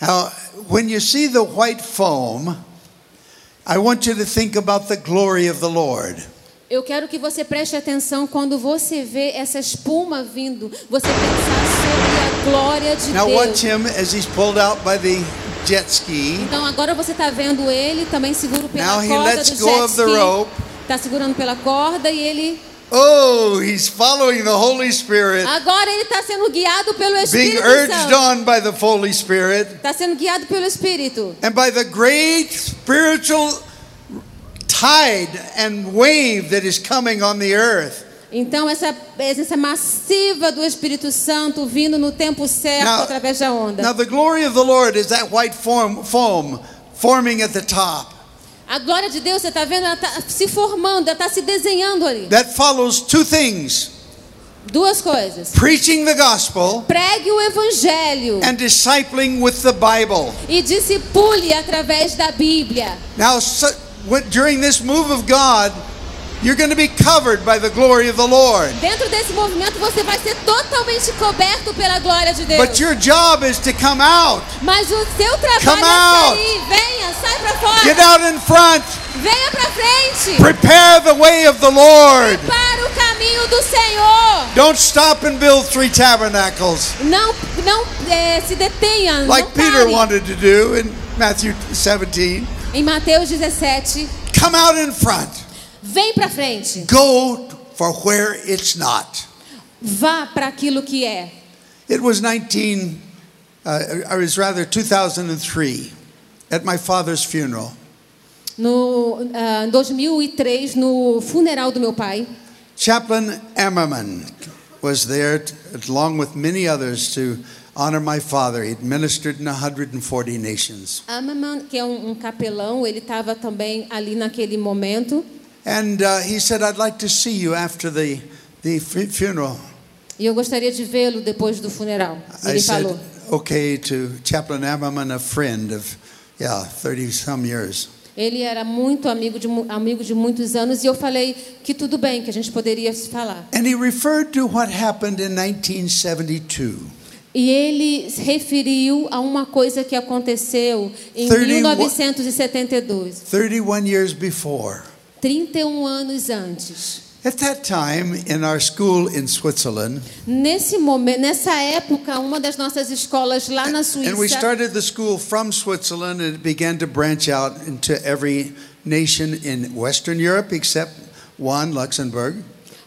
S1: Now, when you see the white foam, I want you to think about the glory of the Lord.
S2: Eu quero que você preste atenção quando você vê essa espuma vindo, você pensar sobre a glória de
S1: Now, watch
S2: Deus.
S1: him as he's pulled out by the jet ski.
S2: Então agora você está vendo ele também seguro pela
S1: Now he
S2: corda do
S1: lets
S2: jet
S1: go of the rope.
S2: Está segurando pela corda e ele
S1: Oh, he's following the Holy Spirit,
S2: agora ele está sendo guiado pelo
S1: being
S2: Espírito
S1: urged
S2: Santo.
S1: on by the Holy Spirit.
S2: Está Tá sendo guiado pelo Espírito.
S1: and by the great spiritual tide and wave that is coming on the earth.
S2: Então essa presença massiva do Espírito Santo vindo no tempo certo
S1: Now-
S2: através da onda.
S1: Now, the glory of the Lord is that white form, foam forming at the top.
S2: A glória de Deus, você está vendo, ela está se formando, ela está se desenhando ali.
S1: That follows two things
S2: Duas coisas.
S1: preaching the gospel
S2: Pregue o evangelho
S1: and discipling with the Bible.
S2: e discipule através da Bíblia.
S1: Now, so, when- during this move of God, you're going to be covered by the glory of the Lord.
S2: Dentro desse movimento você vai ser totalmente coberto pela glória de Deus.
S1: But your job is to come out,
S2: Mas o seu
S1: Come
S2: trabalho é
S1: out.
S2: sair. Venha, sai pra fora.
S1: get out in front,
S2: Venha pra frente.
S1: prepare the way of the Lord.
S2: Para o caminho do Senhor.
S1: Don't stop and build three tabernacles
S2: Não, não eh, se detenha.
S1: like
S2: não
S1: Peter
S2: pare.
S1: wanted to do in Matthew 17.
S2: Em Mateus 17,
S1: Come out in front.
S2: vem pra frente.
S1: Go for where it's not.
S2: Vá para aquilo que é.
S1: It was 19, uh, or is rather 2003, at my father's funeral.
S2: No, ah, em 2003, no funeral do meu pai,
S1: Chaplain Ammerman was there, t- along with many others, to honor my father. He'd ministered in 140 nations.
S2: Amaman, que é um, um capelão, ele estava também ali naquele momento.
S1: And uh, he said, I'd like to see you after the, the fu- funeral.
S2: E eu gostaria de vê-lo depois do funeral.
S1: I
S2: Ele
S1: said,
S2: falou.
S1: okay, to Chaplain Ammerman, a friend of, yeah, 30 some years.
S2: Ele era muito amigo de, mu- amigo de muitos anos e eu falei que tudo bem, que a gente poderia se falar.
S1: And he referred to what happened in 1972.
S2: E ele se referiu a uma coisa que aconteceu em
S1: 31
S2: 1972,
S1: 31 years before.
S2: 31 anos antes.
S1: At that time, in our school in Switzerland,
S2: Nesse momento, nessa época, uma das nossas escolas lá na
S1: and we
S2: Suíça,
S1: started the school from Switzerland, and it began to branch out into every nation in Western Europe except one, Luxembourg.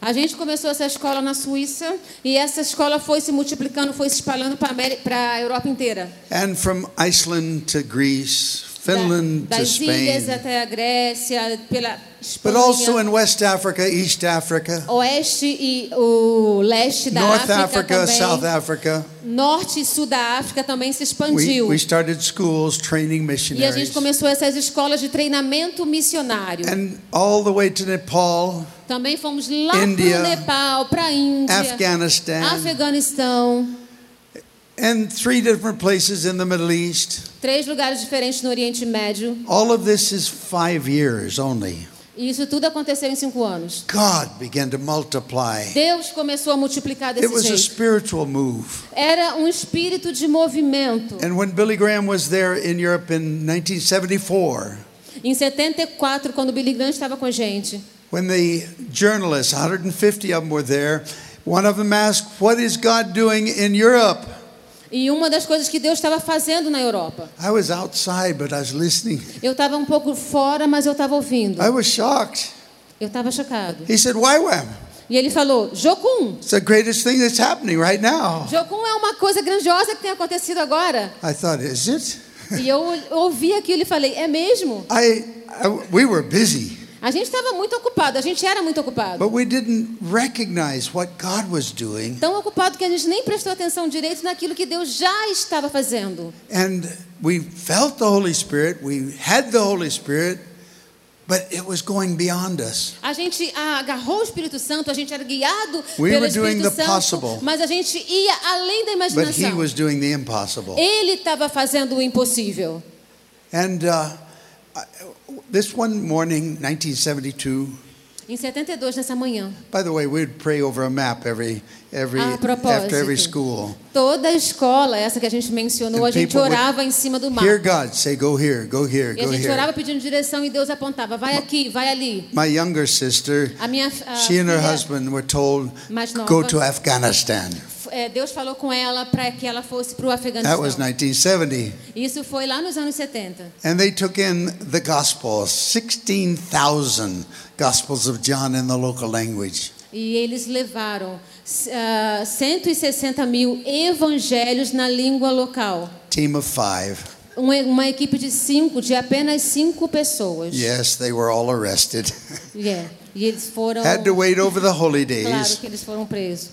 S2: a gente começou essa escola na Suíça e essa escola foi se multiplicando, foi se espalhando para a Europa inteira.
S1: And from Iceland to Greece,
S2: Da-
S1: Finland to
S2: das ilhas
S1: Spain,
S2: até a Grécia, pela
S1: but also
S2: Espanha,
S1: in West Africa, East Africa.
S2: Oh, oeste e o leste da
S1: North
S2: África
S1: Africa,
S2: também,
S1: South Africa.
S2: norte e sul da África também se
S1: We,
S2: expandiu.
S1: we started schools training
S2: e a gente
S1: missionaries.
S2: começou essas escolas de treinamento missionário.
S1: And all the way to Nepal,
S2: também fomos lá para
S1: India,
S2: o Nepal, para a Índia,
S1: Afghanistan,
S2: Afeganistão,
S1: and three different places in the Middle East.
S2: três lugares diferentes no Oriente Médio.
S1: All of this is five years only.
S2: E isso tudo aconteceu em cinco anos.
S1: God began to multiply.
S2: Deus começou a multiplicar
S1: It
S2: desse
S1: was a
S2: jeito.
S1: spiritual move.
S2: Era um espírito de movimento.
S1: And when Billy Graham was there in Europe in 1974,
S2: Em 74, quando o Billy Graham estava com a gente,
S1: when the journalists, 150 of them were there, one of them asked, What is God doing in Europe?
S2: e uma das coisas que Deus estava fazendo na Europa,
S1: I was outside, but I was listening.
S2: eu estava um pouco fora, mas eu estava ouvindo.
S1: I was shocked.
S2: Eu estava chocado.
S1: He said, Why, wham?
S2: E ele falou: Jocum.
S1: It's the greatest thing that's happening right now.
S2: Jocum é uma coisa grandiosa que tem acontecido agora.
S1: I thought, is it?
S2: E eu ouvi aquilo e falei: É mesmo?
S1: I, I we were busy,
S2: A gente estava muito ocupado, a gente era muito ocupado.
S1: but we didn't recognize what God was doing,
S2: Tão ocupado que a gente nem prestou atenção direito naquilo que Deus já estava fazendo.
S1: and we felt the Holy Spirit. We had the Holy Spirit, but it was going beyond us.
S2: A gente agarrou o Espírito Santo, a gente era guiado
S1: We
S2: pelo
S1: were doing
S2: Espírito
S1: the possible.
S2: Santo, mas a gente ia além
S1: But
S2: da
S1: He
S2: imaginação.
S1: was doing the impossible.
S2: Ele estava fazendo o impossível.
S1: And uh, I- this one morning, 1972.
S2: Em 72, nessa manhã,
S1: By the way, we'd pray over a map every every
S2: Ah, A
S1: after every
S2: propósito.
S1: school.
S2: toda a escola, essa que a gente mencionou,
S1: And
S2: a gente
S1: people would
S2: orava em cima do mar.
S1: Hear God say, "Go here, go here,
S2: E a
S1: go
S2: gente
S1: here."
S2: orava pedindo direção e Deus apontava, vai aqui, vai ali.
S1: My younger sister,
S2: A minha a
S1: she and her
S2: Ah, filha,
S1: husband were told,
S2: mais
S1: "Go
S2: nova,
S1: to Afghanistan."
S2: é, Deus falou com ela para que ela fosse para o
S1: That was
S2: Afeganistão.
S1: 1970,
S2: Isso foi lá nos anos 70.
S1: and they took in the gospel, 16,000 gospels of John in the local language.
S2: E eles levaram ah, 160 mil evangelhos na língua local.
S1: Team of five.
S2: Uma, uma equipe de cinco, de apenas cinco pessoas.
S1: Yes, they were all arrested.
S2: Yeah. E eles foram.
S1: Had to wait over the holy
S2: Claro
S1: days.
S2: que eles foram presos.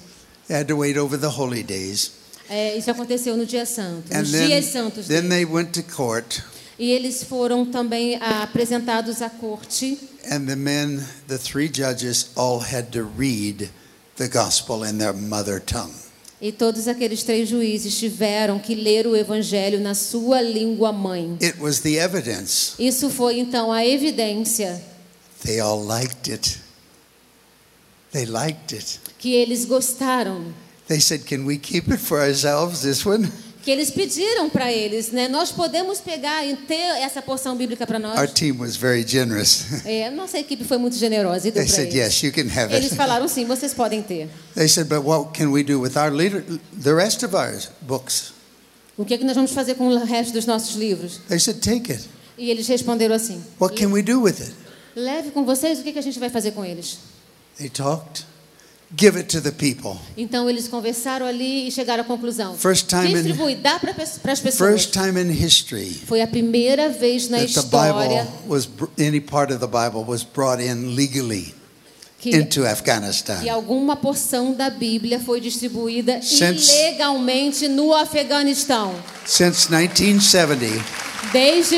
S1: Had to wait over the holy days.
S2: É, isso aconteceu no dia santo,
S1: And
S2: nos
S1: then,
S2: dias santos.
S1: then they went to court,
S2: E eles foram também ah, apresentados à corte.
S1: and the men, the three judges, all had to read the gospel in their mother tongue.
S2: E todos aqueles três juízes tiveram que ler o evangelho na sua língua mãe.
S1: It was the evidence.
S2: Isso foi então a evidência
S1: They all liked it. They liked it.
S2: que eles gostaram
S1: They said, Can we keep it for ourselves, this one?
S2: que eles pediram para eles, né? Nós podemos pegar e ter essa porção bíblica para
S1: Our
S2: nós.
S1: team was very generous.
S2: É, nossa equipe foi muito generosa e deu
S1: They
S2: para
S1: said,
S2: eles.
S1: Yes, you can have
S2: Eles
S1: it.
S2: falaram sim, vocês podem ter.
S1: They said, But what can we do with our leader, the rest of our books?
S2: O que é que nós vamos fazer com o resto dos nossos livros?
S1: They said, Take it.
S2: E eles responderam assim:
S1: What can we do with it?
S2: Leve com vocês, o que, é que a gente vai fazer com eles?
S1: They talked. Give it to the people.
S2: Então eles conversaram ali e chegaram à conclusão:
S1: First time in-
S2: distribui, dá para as pessoas.
S1: First time in history
S2: Foi a primeira vez na
S1: that the Bible
S2: história
S1: was br- any part of the Bible was brought in legally
S2: que,
S1: into
S2: que
S1: Afghanistan.
S2: alguma porção da Bíblia foi distribuída
S1: Since-
S2: ilegalmente no Afeganistão.
S1: Since 1970,
S2: Desde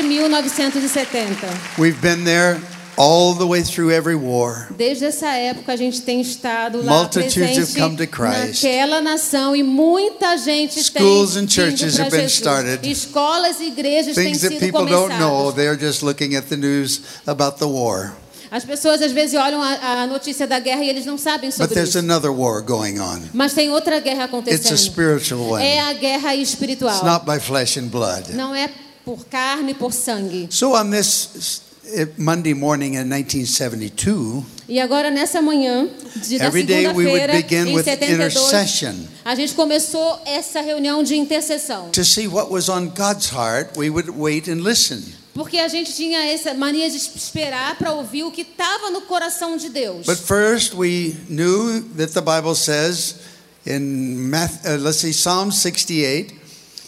S2: 1970.
S1: we've been there all the way through every war.
S2: Desde essa época a gente tem estado lá
S1: Multitudes have
S2: presente
S1: come to Christ.
S2: naquela nação e muita gente
S1: Schools and
S2: tem vindo
S1: churches
S2: pra
S1: have been
S2: Jesus.
S1: started.
S2: Escolas e igrejas têm
S1: Things that
S2: sido
S1: people don't know,
S2: começadas.
S1: they're just looking at the news about the war.
S2: As pessoas às vezes olham a, a notícia da guerra e eles não sabem
S1: But
S2: sobre
S1: there's
S2: isso.
S1: another war going on.
S2: Mas tem outra
S1: It's a
S2: guerra acontecendo.
S1: spiritual one.
S2: É
S1: It's
S2: a guerra espiritual.
S1: not by flesh and blood.
S2: Não é por carne, por sangue.
S1: So on this eh, Monday morning in 1972,
S2: E agora nessa manhã de da
S1: Every day we would
S2: segunda-feira
S1: begin
S2: em
S1: with
S2: 72,
S1: intercession.
S2: a gente começou essa reunião de intercessão,
S1: to see what was on God's heart, we would wait and listen.
S2: porque a gente tinha essa mania de esperar para ouvir o que estava no coração de Deus.
S1: But first, we knew that the Bible says in Math, uh, let's see, Psalm 68,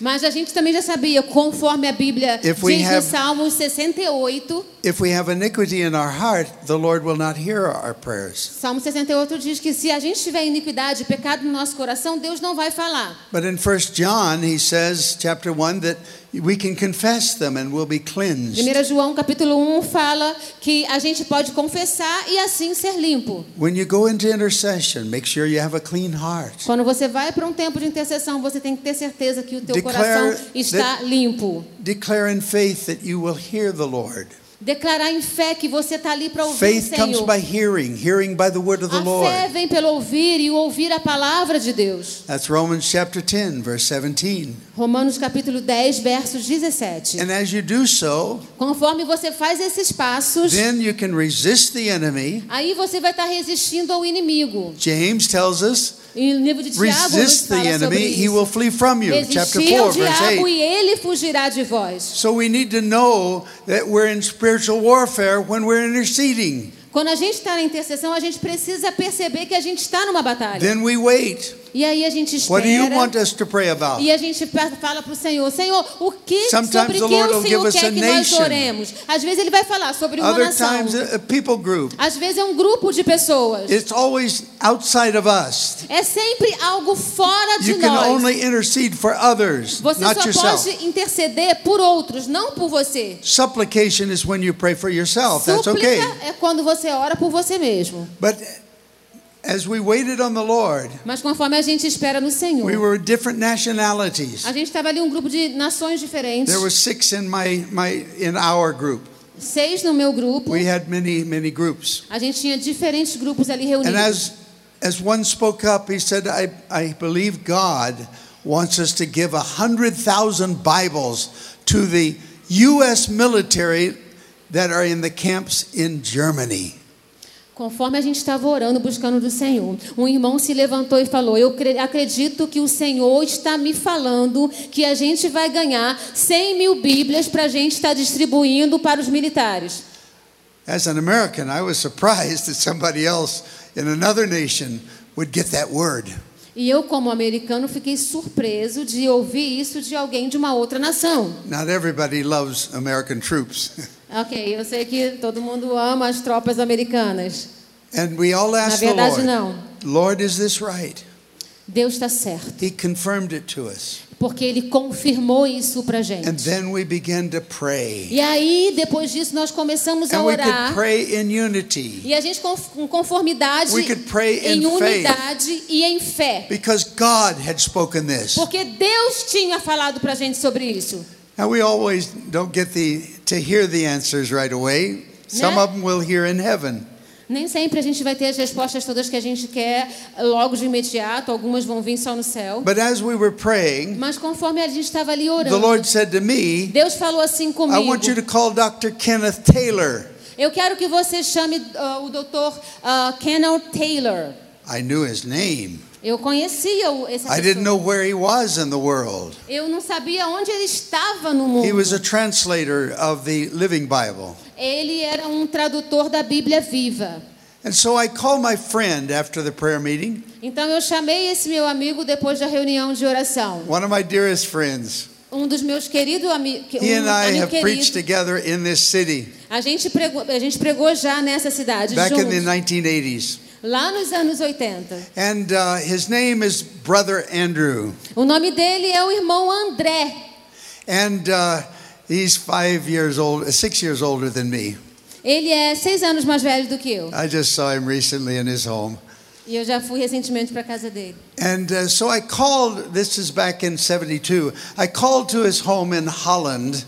S2: Mas a gente também já sabia, conforme a Bíblia diz
S1: If we
S2: no
S1: have-
S2: Salmo 68,
S1: if we have iniquity in our heart, the Lord will not hear our prayers.
S2: Salmo 68 diz que se a gente tiver iniquidade, pecado no nosso coração, Deus não vai falar.
S1: But in 1 John, he says, chapter 1, that we can confess them and we'll be cleansed.
S2: 1 João capítulo 1 fala que a gente pode confessar e assim ser limpo.
S1: When you go into intercession, make sure you have a clean heart.
S2: Quando você vai para um tempo de intercessão, você tem que ter certeza que o teu
S1: Declare
S2: coração está limpo.
S1: Declare in faith that you will hear the Lord.
S2: Declarar em fé que você está ali para ouvir
S1: Faith
S2: o
S1: comes
S2: Senhor.
S1: by hearing, hearing by the word of the
S2: a fé
S1: Lord.
S2: vem pelo ouvir e o ouvir a palavra de Deus.
S1: That's Romans chapter 10, verse 17.
S2: Romanos capítulo 10, versos 17.
S1: And as you do so,
S2: Conforme você faz esses passos,
S1: then you can resist the enemy.
S2: aí você vai estar resistindo ao inimigo.
S1: James tells us,
S2: E no livro de Tiago nos
S1: resist the
S2: fala sobre
S1: enemy, he
S2: isso.
S1: will flee from you. Chapter
S2: Resistir
S1: 4,
S2: ao
S1: verse
S2: diabo
S1: 8.
S2: e ele fugirá de vós.
S1: So we need to know that we're in spiritual warfare when we're interceding.
S2: Quando a gente está na intercessão, a gente precisa perceber que a gente está numa batalha.
S1: Then we wait.
S2: E aí a gente
S1: What do you want
S2: espera.
S1: us to pray about?
S2: E a gente pa- fala para o Senhor, Senhor, o que
S1: Sometimes
S2: sobre
S1: the
S2: que
S1: Lord
S2: o
S1: will give
S2: Senhor
S1: us a
S2: quer que nós
S1: nation.
S2: oremos? Às vezes ele vai falar sobre uma
S1: Other
S2: nação.
S1: times, a a people group.
S2: Às vezes é um grupo de pessoas.
S1: It's always outside of us.
S2: É sempre algo fora de
S1: You can
S2: nós.
S1: only intercede for others,
S2: Você
S1: not
S2: só
S1: yourself.
S2: pode interceder por outros, não por você.
S1: Supplication is when you pray for yourself. That's
S2: Súplica
S1: okay.
S2: é quando você ora por você mesmo.
S1: But as we waited on the Lord,
S2: Mas conforme a gente espera no Senhor.
S1: we were different nationalities.
S2: A gente estava ali um grupo de nações diferentes.
S1: There were six in my, my in our group.
S2: Seis no meu grupo.
S1: We had many many groups.
S2: A gente tinha diferentes grupos ali
S1: And
S2: reunidos.
S1: as as one spoke up, he said, "I I believe God wants us to give a hundred thousand Bibles to the U.S. military that are in the camps in Germany."
S2: Conforme a gente estava orando, buscando do Senhor, um irmão se levantou e falou: Eu cre- acredito que o Senhor está me falando que a gente vai ganhar 100 mil Bíblias para a gente estar distribuindo para os militares.
S1: As an American, I was surprised that somebody else in another nation would get that word.
S2: E eu, como americano, fiquei surpreso de ouvir isso de alguém de uma outra nação.
S1: Not everybody loves American troops.
S2: Ok, eu sei que todo mundo ama as tropas americanas.
S1: And we all
S2: Na
S1: asked the
S2: verdade,
S1: Lord,
S2: não.
S1: Lord, is this right?
S2: Deus está certo,
S1: He confirmed it to us.
S2: porque Ele confirmou isso para gente.
S1: And then we began to pray.
S2: E aí, depois disso, nós começamos a
S1: And we could
S2: orar.
S1: pray in unity
S2: E a gente com- com conformidade
S1: We could pray in
S2: em unidade e em fé.
S1: because God had spoken this.
S2: Porque Deus tinha falado pra gente sobre isso.
S1: Now we always don't get the to hear the answers right away. Some
S2: Né?
S1: of them we'll hear in heaven.
S2: Nem sempre a gente vai ter as respostas todas que a gente quer logo de imediato, algumas vão vir só no céu.
S1: But as we were praying,
S2: Mas conforme a gente estava ali
S1: the
S2: orando,
S1: Lord said to me,
S2: Deus falou
S1: I
S2: assim
S1: want you to
S2: comigo:
S1: call Dr. Kenneth Taylor.
S2: Eu quero que você chame ah, o Dr. ah, Kenneth Taylor.
S1: I knew his name.
S2: Eu conhecia o- essa
S1: I didn't
S2: pessoa.
S1: know where he was in the world.
S2: Eu não sabia onde ele estava no
S1: He
S2: mundo.
S1: was a translator of the Living Bible.
S2: Ele era um tradutor da Bíblia viva.
S1: And so I called my friend after the prayer meeting,
S2: Então eu chamei esse meu amigo depois da reunião de oração.
S1: one of my dearest friends.
S2: Um dos meus queridos amigos.
S1: He and
S2: Um
S1: I
S2: amigo
S1: have preached
S2: querido.
S1: together in this city
S2: A gente, pregou, a gente pregou já nessa cidade,
S1: back in the
S2: juntos,
S1: 1980s.
S2: lá nos anos 80.
S1: And uh, his name is Brother Andrew.
S2: O nome dele é o irmão André.
S1: And uh, he's five years old, uh, six years older than me.
S2: Ele é seis anos mais velho do que eu.
S1: I just saw him recently in his home.
S2: E eu já fui recentemente para casa dele.
S1: And uh, so I called, this is back in 72, I called to his home in Holland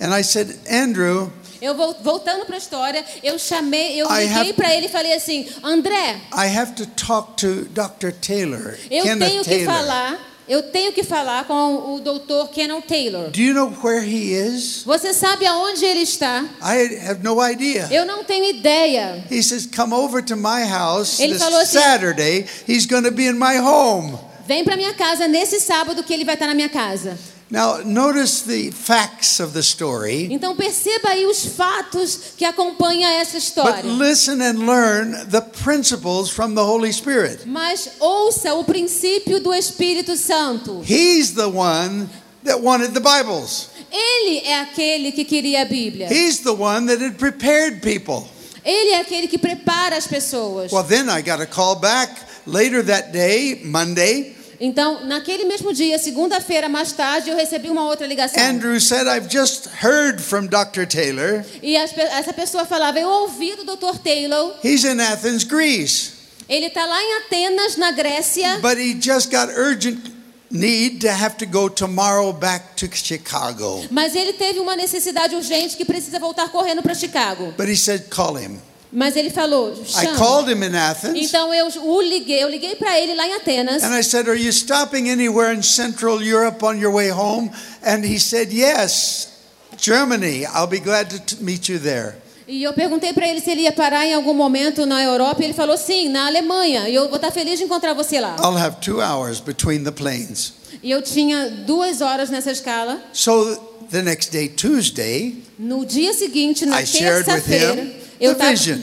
S1: and I said, Andrew,
S2: Eu vol- voltando para a história, eu chamei, eu
S1: I
S2: liguei
S1: have-
S2: para ele e falei assim: André,
S1: I have to talk to Dr. Taylor.
S2: eu
S1: Kenneth
S2: tenho que
S1: Taylor.
S2: falar, eu tenho que falar com o doutor Kenan Taylor.
S1: Do you know where he is?
S2: Você sabe aonde ele está?
S1: I have no idea.
S2: Eu não tenho ideia.
S1: He says, Come over to my house
S2: Ele
S1: this
S2: falou assim-
S1: Saturday. He's going to be in my home.
S2: Vem para minha casa nesse sábado que ele vai estar na minha casa.
S1: Now, notice the facts of the story,
S2: Então perceba aí os fatos que acompanham essa
S1: but
S2: história.
S1: listen and learn the principles from the Holy Spirit.
S2: Mas ouça o princípio do Espírito Santo.
S1: He's the one that wanted the Bibles,
S2: Ele é aquele que queria a Bíblia.
S1: he's the one that had prepared people.
S2: Ele é aquele que prepara as pessoas.
S1: Well, then I got a call back later that day, Monday.
S2: Então, naquele mesmo dia, segunda-feira mais tarde, eu recebi uma outra ligação.
S1: Andrew said, I've just heard from Dr. Taylor.
S2: E as pe- essa pessoa falava: Eu ouvi do Dr. Taylor,
S1: He's in Athens, Greece,
S2: ele está lá em Atenas, na Grécia,
S1: but he just got urgent need to have to go tomorrow back to Chicago.
S2: mas ele teve uma necessidade urgente que precisa voltar correndo para Chicago.
S1: But he said, call him.
S2: Mas ele falou:
S1: I
S2: Chama.
S1: called him in Athens
S2: Então eu o liguei, eu liguei para ele lá em Atenas.
S1: and I said, Are you stopping anywhere in Central Europe on your way home? And he said, Yes, Germany. I'll be glad to t- meet you there.
S2: E eu perguntei para ele se ele ia parar em algum momento na Europa. E ele falou: Sim, na Alemanha. E eu vou estar feliz de encontrar você lá.
S1: I'll have two hours between the planes.
S2: E eu tinha duas horas nessa escala.
S1: So the next day, Tuesday,
S2: No dia seguinte, na
S1: I shared with
S2: terça-feira,
S1: him
S2: eu
S1: the
S2: tava-
S1: vision.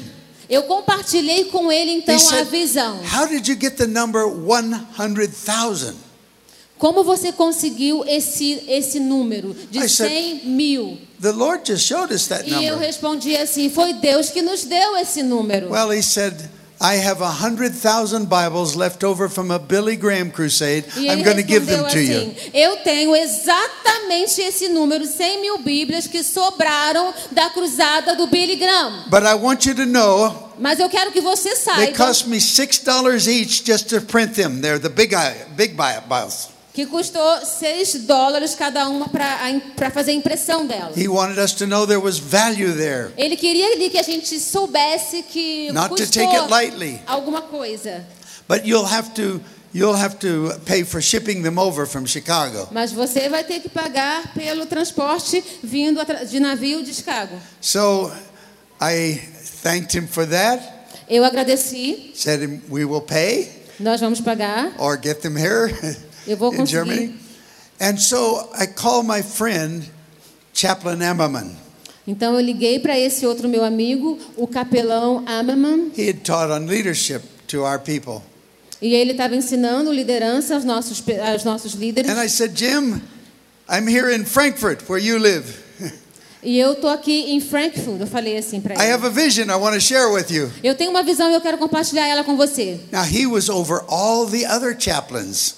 S2: Eu compartilhei com ele então
S1: He said,
S2: a visão.
S1: How did you get the number 100,000?
S2: Como você conseguiu esse, esse número de
S1: I said-
S2: 100 mil?
S1: The Lord just showed us that
S2: E eu
S1: number.
S2: respondi assim: foi Deus que nos deu esse número.
S1: Well, he said, I have 100,000 Bibles left over from a Billy Graham crusade.
S2: E
S1: I'm
S2: ele
S1: going to give
S2: respondeu
S1: them to you.
S2: assim: Eu tenho exatamente esse número, 100 mil Bíblias que sobraram da cruzada do Billy Graham.
S1: But I want you to know
S2: Mas eu quero que você
S1: they
S2: saiba
S1: cost me $6 each just to print them. They're the big, I- big Bi- Bibles.
S2: que custou 6 dólares cada uma para fazer a impressão dela.
S1: He wanted us to know there was value there,
S2: Ele queria ali que a gente soubesse que
S1: not to take it
S2: custou
S1: lightly.
S2: alguma coisa.
S1: But you'll have to you'll have to pay for shipping them over from Chicago.
S2: Mas você vai ter que pagar pelo transporte vindo atra- de navio de Chicago.
S1: So I thanked him for that.
S2: Eu agradeci,
S1: Said him we will pay
S2: nós vamos pagar.
S1: or get them here
S2: Eu vou
S1: in
S2: conseguir.
S1: Germany. And so I called my friend Chaplain Ammerman.
S2: Então eu liguei para esse outro meu amigo, o capelão Ammerman,
S1: He had taught on leadership to our people.
S2: e ele estava ensinando liderança aos nossos, pe- aos nossos líderes.
S1: And I said, Jim, I'm here in Frankfurt where you live.
S2: E eu tô aqui em Frankfurt, eu falei assim para
S1: I have
S2: ele.
S1: a vision I want to share with you.
S2: Eu tenho uma visão e eu quero compartilhar ela com você.
S1: Now he was over all the other chaplains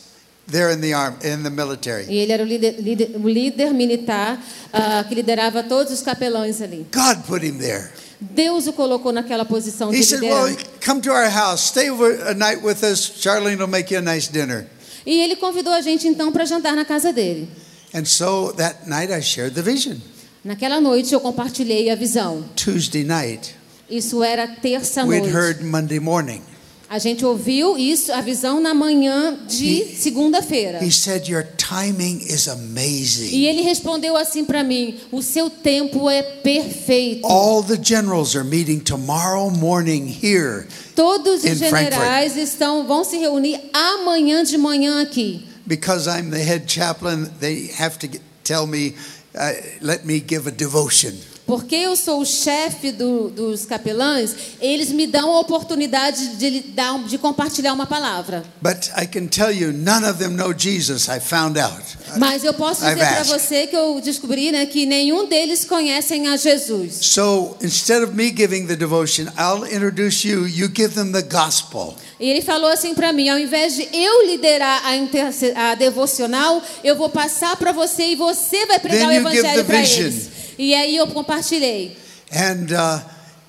S1: there in the arm in the military.
S2: E ele era o líder, líder- o líder militar ah, que liderava todos os capelões ali.
S1: God put him there.
S2: Deus o colocou naquela posição de
S1: He said, "Well,
S2: liderança.
S1: come to our house, stay over a night with us. Charlene will make you a nice dinner."
S2: E ele convidou a gente então para jantar na casa dele.
S1: And so that night I shared the vision.
S2: Naquela noite eu compartilhei a visão.
S1: Tuesday night,
S2: Isso era terça
S1: we'd
S2: noite.
S1: heard Monday morning.
S2: A gente ouviu isso, a visão na manhã de
S1: E-
S2: segunda-feira.
S1: He said, "Your timing is amazing.
S2: E ele respondeu assim para mim: "O seu tempo é perfeito.
S1: All the generals are meeting tomorrow morning here
S2: Todos
S1: in
S2: os generais estão vão se reunir amanhã de manhã aqui."
S1: because I'm the head chaplain. They have to get, tell me, uh, let me give a devotion."
S2: Porque eu sou o chefe do- dos capelães, eles me dão a oportunidade de, lhe dar um- de compartilhar uma palavra.
S1: But I can tell you, none of them know Jesus. I found out.
S2: Mas eu posso
S1: I've
S2: dizer para
S1: asked.
S2: você que eu descobri né, que nenhum deles conhecem a Jesus.
S1: So instead of me giving the devotion, I'll introduce you. You give them the gospel.
S2: E ele falou assim para mim: ao invés de eu liderar a, interce- a devocional, eu vou passar para você e você vai pregar
S1: Then you
S2: o
S1: give the
S2: evangelho para
S1: vision.
S2: eles. E aí eu compartilhei.
S1: And uh,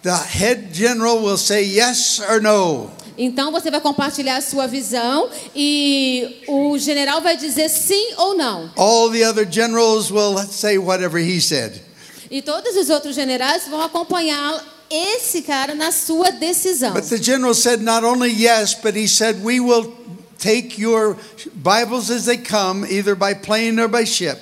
S1: the head general will say yes or no.
S2: Então você vai compartilhar a sua visão e o general vai dizer sim ou não.
S1: All the other generals will say whatever he said.
S2: E todos os outros generais vão acompanhar esse cara na sua decisão.
S1: But the general said not only yes, but he said, We will take your Bibles as they come, either by plane or by ship.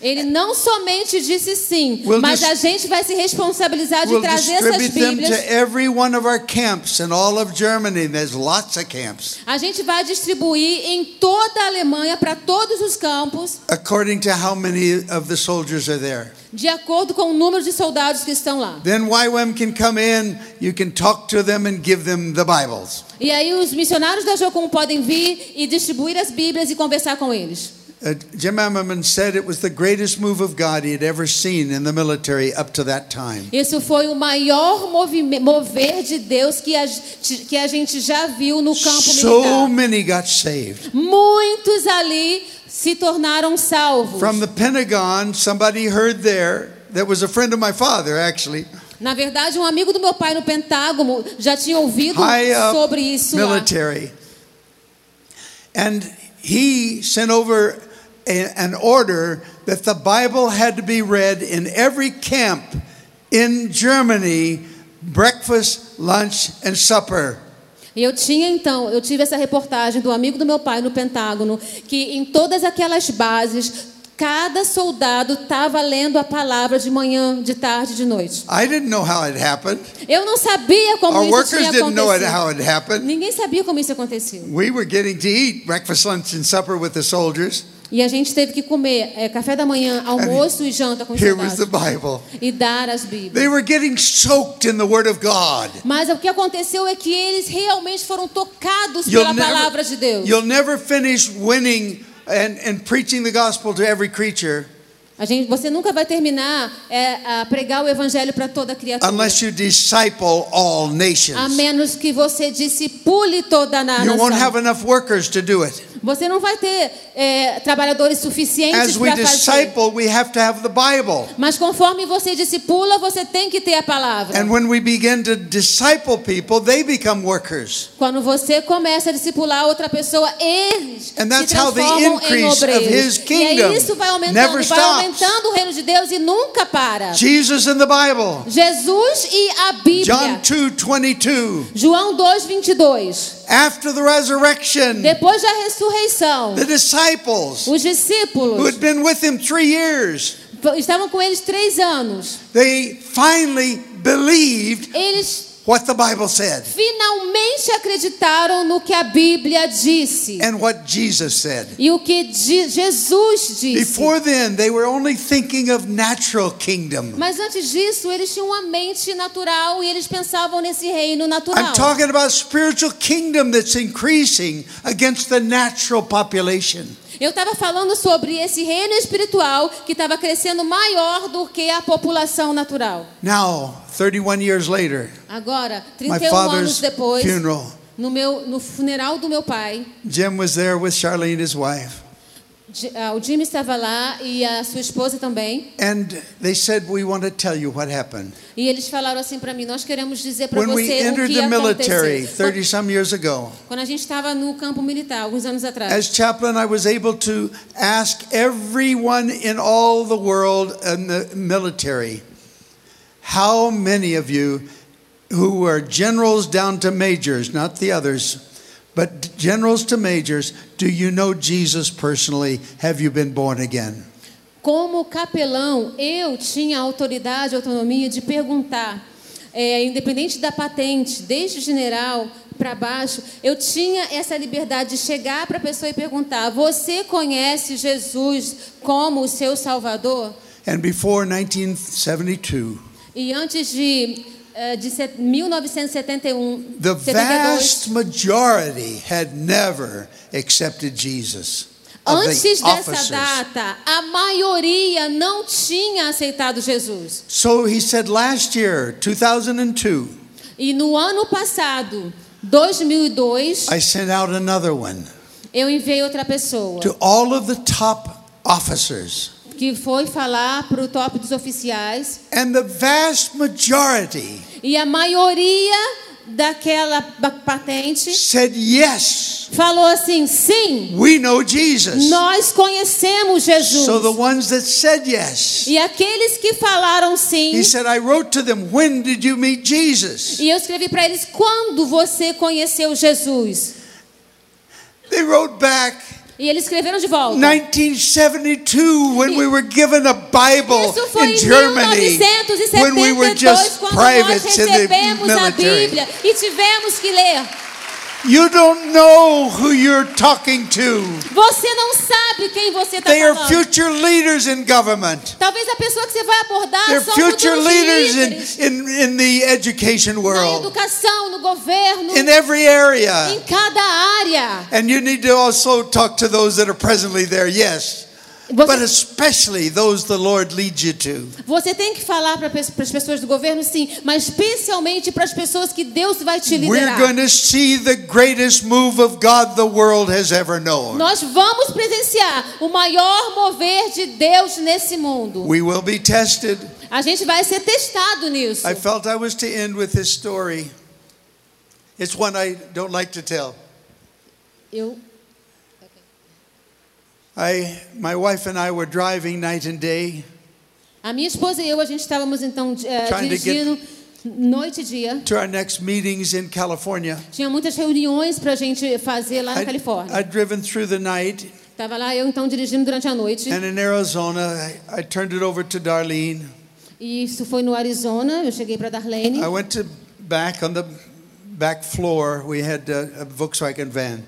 S2: Ele não somente disse sim,
S1: We'll
S2: mas
S1: dis-
S2: a gente vai se responsabilizar de
S1: We'll
S2: trazer essas
S1: distribute them
S2: Bíblias
S1: to every one of our camps in all of Germany. There's lots of camps,
S2: A gente vai distribuir em toda a Alemanha para todos os campos,
S1: according to how many of the soldiers are there.
S2: de acordo com o número de soldados que estão lá.
S1: Then YWAM can come in, you can talk to them and give them the Bibles.
S2: E aí os missionários da Jocum podem vir e distribuir as Bíblias e conversar com eles.
S1: Uh, Jim Ammerman said it was the greatest move of God he had ever seen in the military up to that time.
S2: Isso foi o maior movime- mover de Deus que a, gente- que a gente já viu no campo
S1: So
S2: militar.
S1: many got saved.
S2: Muitos ali se tornaram salvos.
S1: From the Pentagon, somebody heard there that was a friend of my father, actually,
S2: Na verdade, um amigo do meu pai no Pentágono já tinha ouvido
S1: high up
S2: sobre isso lá.
S1: military. And he sent over a, an order that the Bible had to be read in every camp in Germany, breakfast, lunch, and supper.
S2: E eu tinha então, eu tive essa reportagem do amigo do meu pai no Pentágono, que em todas aquelas bases, cada soldado estava lendo a palavra de manhã, de tarde, de noite.
S1: I didn't know how it happened.
S2: Eu não sabia como
S1: Our
S2: isso
S1: workers
S2: tinha
S1: didn't know it,
S2: acontecido.
S1: how it happened.
S2: Ninguém sabia como isso aconteceu.
S1: We were getting to eat breakfast, lunch, and supper with the soldiers.
S2: E a gente teve que comer é, café da manhã, almoço e janta com os
S1: Here was the
S2: soldados.
S1: Bible.
S2: E dar as Bíblias.
S1: They were getting soaked in the Word of God.
S2: Mas o que aconteceu é que eles realmente foram tocados pela
S1: You'll
S2: palavra de
S1: never,
S2: Deus.
S1: you'll never finish winning and, and preaching the gospel to every creature
S2: A gente, você nunca vai terminar é, a pregar o evangelho para toda criatura.
S1: unless you disciple all
S2: A
S1: nations.
S2: menos que você discipule toda a na-
S1: You won't have
S2: nação.
S1: enough workers to do it.
S2: Você não vai ter é, trabalhadores suficientes
S1: As we
S2: para fazer.
S1: disciple, we have to have the Bible.
S2: Mas conforme você discipula, você tem que ter a palavra.
S1: And when we begin to disciple people, they become workers.
S2: Quando você começa a discipular outra pessoa, eles
S1: And
S2: se
S1: that's how the
S2: transformam em
S1: increase of his
S2: obreiros. E
S1: kingdom
S2: aí isso vai
S1: never
S2: aumentando, vai
S1: stops.
S2: aumentando o reino de Deus e nunca para.
S1: Jesus in the Bible.
S2: Jesus e a
S1: John
S2: Bíblia.
S1: 2:22.
S2: João 2, 22.
S1: After the resurrection,
S2: Depois da ressurreição,
S1: the disciples
S2: os
S1: who
S2: discípulos
S1: had been with him 3 years,
S2: estavam com eles três anos.
S1: they finally believed
S2: Eles
S1: what the Bible said
S2: finalmente acreditaram no que a Bíblia disse
S1: and what Jesus said.
S2: e o que Je- Jesus disse.
S1: Before then, they were only thinking of natural kingdom.
S2: Mas antes disso, eles tinham uma mente natural e eles pensavam nesse reino natural.
S1: I'm talking about spiritual kingdom that's increasing against the natural population.
S2: Eu estava falando sobre esse reino espiritual que estava crescendo maior do que a população natural.
S1: Now, 31 years later,
S2: Agora,
S1: my
S2: 31 anos
S1: father's
S2: depois,
S1: funeral,
S2: no meu no funeral do meu pai,
S1: Jim was there with Charlene, his wife.
S2: Ji- ah, o Jimmy estava lá e a sua esposa também,
S1: And they said, We want to tell you what happened.
S2: e eles falaram assim para mim: "Nós queremos dizer para
S1: When we
S2: você o
S1: entered
S2: que
S1: the military
S2: aconteceu".
S1: 30 some years ago,
S2: Quando a gente estava no campo militar alguns anos atrás,
S1: as chaplain, I was able to ask everyone in all the world in the military how many of you who were generals down to majors, not the others, but generals to majors, do you know Jesus personally? Have you been born again?
S2: Como capelão, eu tinha a autoridade, a autonomia de perguntar, é, independente da patente, desde general para baixo, eu tinha essa liberdade de chegar para a pessoa e perguntar: Você conhece Jesus como o seu Salvador?
S1: And before 1972,
S2: E antes de, eh, de set- 1971,
S1: The
S2: 72,
S1: vast majority had never accepted Jesus. Of
S2: antes
S1: the
S2: dessa
S1: officers.
S2: data, a maioria não tinha aceitado Jesus.
S1: So he said last year, 2002,
S2: E no ano passado, 2002,
S1: I sent out another one
S2: eu enviei outra pessoa
S1: to all of the top officers.
S2: que foi falar para o top dos oficiais
S1: And the vast majority
S2: e a maioria daquela ba- patente
S1: said, Yes,
S2: falou assim: sim,
S1: we know Jesus.
S2: nós conhecemos
S1: So the
S2: Jesus.
S1: ones that said yes,
S2: E aqueles que falaram sim,
S1: he said, I wrote to them, When did you meet Jesus?
S2: e eu escrevi para eles quando você conheceu Jesus.
S1: They wrote back,
S2: E eles escreveram de volta.
S1: 1972 when we were given a Bible
S2: Isso foi e
S1: in
S2: em
S1: Germany
S2: 1972,
S1: when we were just
S2: quando nós
S1: privates in the
S2: recebemos a
S1: military.
S2: Bíblia e tivemos que ler.
S1: You don't know who you're talking to.
S2: Você não sabe quem você está
S1: They are
S2: falando.
S1: future leaders in government.
S2: Talvez a pessoa que você vai abordar é
S1: They're
S2: são
S1: future
S2: Ah, futuros
S1: leaders in,
S2: líderes
S1: in, in the education
S2: um na
S1: world,
S2: educação, no governo,
S1: in every area.
S2: em cada área.
S1: And you need to also talk to those that are presently there, yes. But
S2: Você,
S1: especially those the Lord leads you to.
S2: você tem que falar para as pessoas do governo, sim, mas especialmente para as pessoas que Deus vai te
S1: We're
S2: liderar.
S1: going to see the greatest move of God the world has ever known.
S2: Nós vamos presenciar o maior mover de Deus nesse mundo.
S1: We will be tested.
S2: A gente vai ser testado nisso.
S1: I felt I was to end with this story. It's one I don't like to tell.
S2: Eu,
S1: I, my wife and I were driving night and day,
S2: a minha esposa e eu, a gente estávamos então eh,
S1: Trying to get-
S2: dirigindo noite e dia.
S1: to our next meetings in California.
S2: Tinha muitas reuniões para a gente fazer lá na
S1: I'd,
S2: Califórnia.
S1: I'd driven through the night,
S2: Tava lá eu então dirigindo durante a noite.
S1: and in Arizona, I, I turned it over to Darlene.
S2: E isso foi no Arizona. Eu cheguei para Darlene.
S1: I went to back on the back floor. We had a, a Volkswagen van.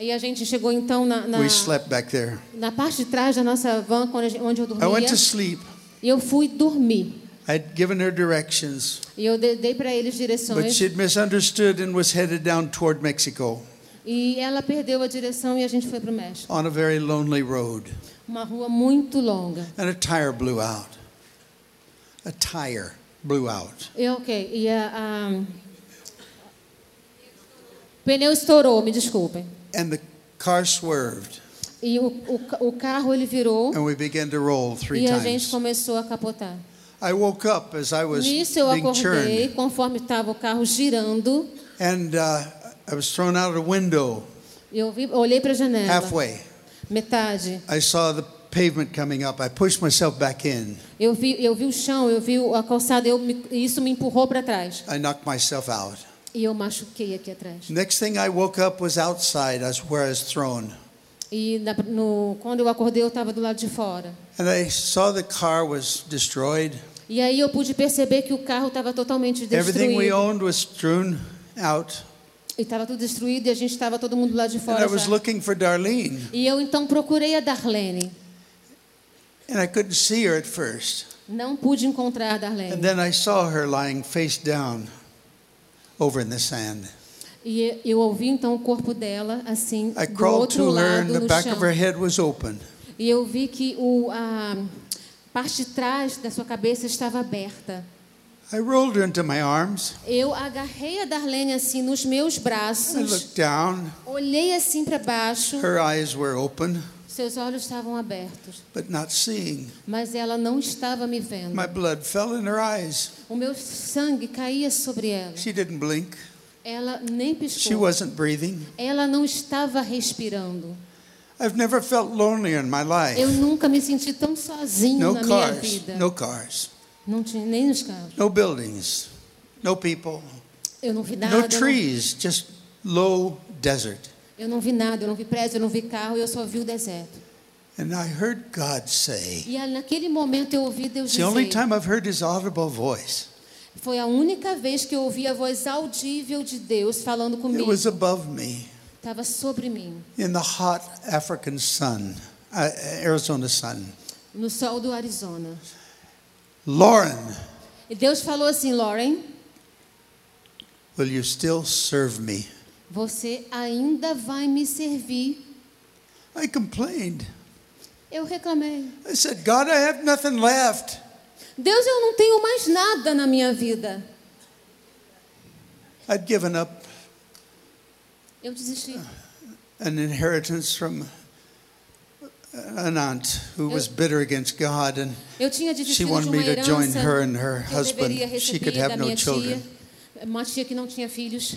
S2: E a gente chegou então na, na,
S1: We slept back there.
S2: na parte de trás da nossa van, quando a gente- onde eu
S1: I
S2: dormia.
S1: went to sleep.
S2: E eu fui dormir.
S1: I'd given her directions,
S2: E eu de- dei para eles
S1: but
S2: direções.
S1: she'd misunderstood and was headed down toward Mexico
S2: E ela perdeu a direção e a gente foi para o México.
S1: on a very lonely road.
S2: Uma rua muito longa.
S1: And a tire blew out. A tire blew out.
S2: E ok. E a, a... O pneu estourou, me desculpem.
S1: And the car swerved,
S2: E o, o, ca- o carro ele virou
S1: and we began to roll three
S2: e a gente
S1: times.
S2: começou a capotar.
S1: I woke up as I was
S2: Nisso eu
S1: being
S2: acordei,
S1: churned,
S2: conforme estava o carro girando,
S1: and uh, I was thrown out a window
S2: eu vi, olhei para a janela,
S1: halfway.
S2: metade.
S1: I saw the pavement coming up. I pushed myself back in.
S2: Eu vi, eu vi o chão, eu vi a calçada, eu me, e isso me empurrou para trás.
S1: I knocked myself out.
S2: E eu machuquei aqui atrás.
S1: Next thing I woke up was outside as where I was thrown.
S2: E na, no, quando eu acordei, eu estava do lado de fora.
S1: And I saw the car was destroyed.
S2: E aí eu pude perceber que o carro estava totalmente
S1: Everything we
S2: destruído.
S1: owned was strewn out.
S2: E estava tudo destruído e a gente estava todo mundo lá de
S1: And I
S2: fora.
S1: was
S2: já.
S1: looking for Darlene,
S2: E eu então procurei a Darlene.
S1: and I couldn't see her at first.
S2: Não pude encontrar a
S1: And
S2: Darlene.
S1: then I saw her lying face down over in the sand.
S2: E eu ouvi então o corpo dela assim
S1: I
S2: do
S1: crawled
S2: outro
S1: to her, and
S2: lado
S1: the
S2: no
S1: back of her
S2: chão.
S1: head was open.
S2: E eu vi que o, a parte de trás da sua cabeça estava aberta.
S1: I rolled her into my arms.
S2: Eu agarrei a Darlene assim nos meus
S1: I
S2: braços,
S1: looked down.
S2: olhei assim para baixo.
S1: Her eyes were open,
S2: Seus olhos estavam abertos,
S1: but not seeing.
S2: mas ela não estava me vendo.
S1: My blood fell in her eyes.
S2: O meu sangue caía sobre ela.
S1: She didn't blink.
S2: Ela nem
S1: She
S2: piscou.
S1: wasn't breathing.
S2: Ela não estava respirando.
S1: I've never felt lonelier in my
S2: Eu
S1: life.
S2: nunca me senti tão sozinho
S1: No
S2: na minha
S1: cars,
S2: vida.
S1: no cars,
S2: Não tinha nem nos carros.
S1: no buildings, no people,
S2: Eu não vi nada.
S1: no
S2: eu não-
S1: trees, just low desert.
S2: Eu não vi nada, eu não vi prédio, eu não vi carro, eu só vi o deserto.
S1: And I heard God say,
S2: E aí, naquele momento eu ouvi Deus
S1: It's the only
S2: dizer.
S1: time I've heard his audible voice.
S2: Foi a única vez que eu ouvi a voz audível de Deus falando
S1: It
S2: comigo.
S1: was above me
S2: Estava sobre mim,
S1: in the hot African sun, uh, Arizona sun.
S2: no sol do Arizona.
S1: Lauren,
S2: E Deus falou assim, Lauren,
S1: will you still serve me?
S2: você ainda vai me servir.
S1: I complained.
S2: Eu reclamei.
S1: I said, God, I have nothing left.
S2: Deus, eu não tenho mais nada na minha vida.
S1: I'd given up
S2: Eu desisti.
S1: an inheritance from an aunt who was bitter against God, and
S2: Eu tinha
S1: she
S2: desistido de
S1: wanted
S2: uma
S1: me to join
S2: herança
S1: her and her
S2: que eu deveria
S1: husband. She
S2: receber
S1: could
S2: da
S1: have no
S2: minha
S1: children.
S2: tia, uma tia que não tinha filhos.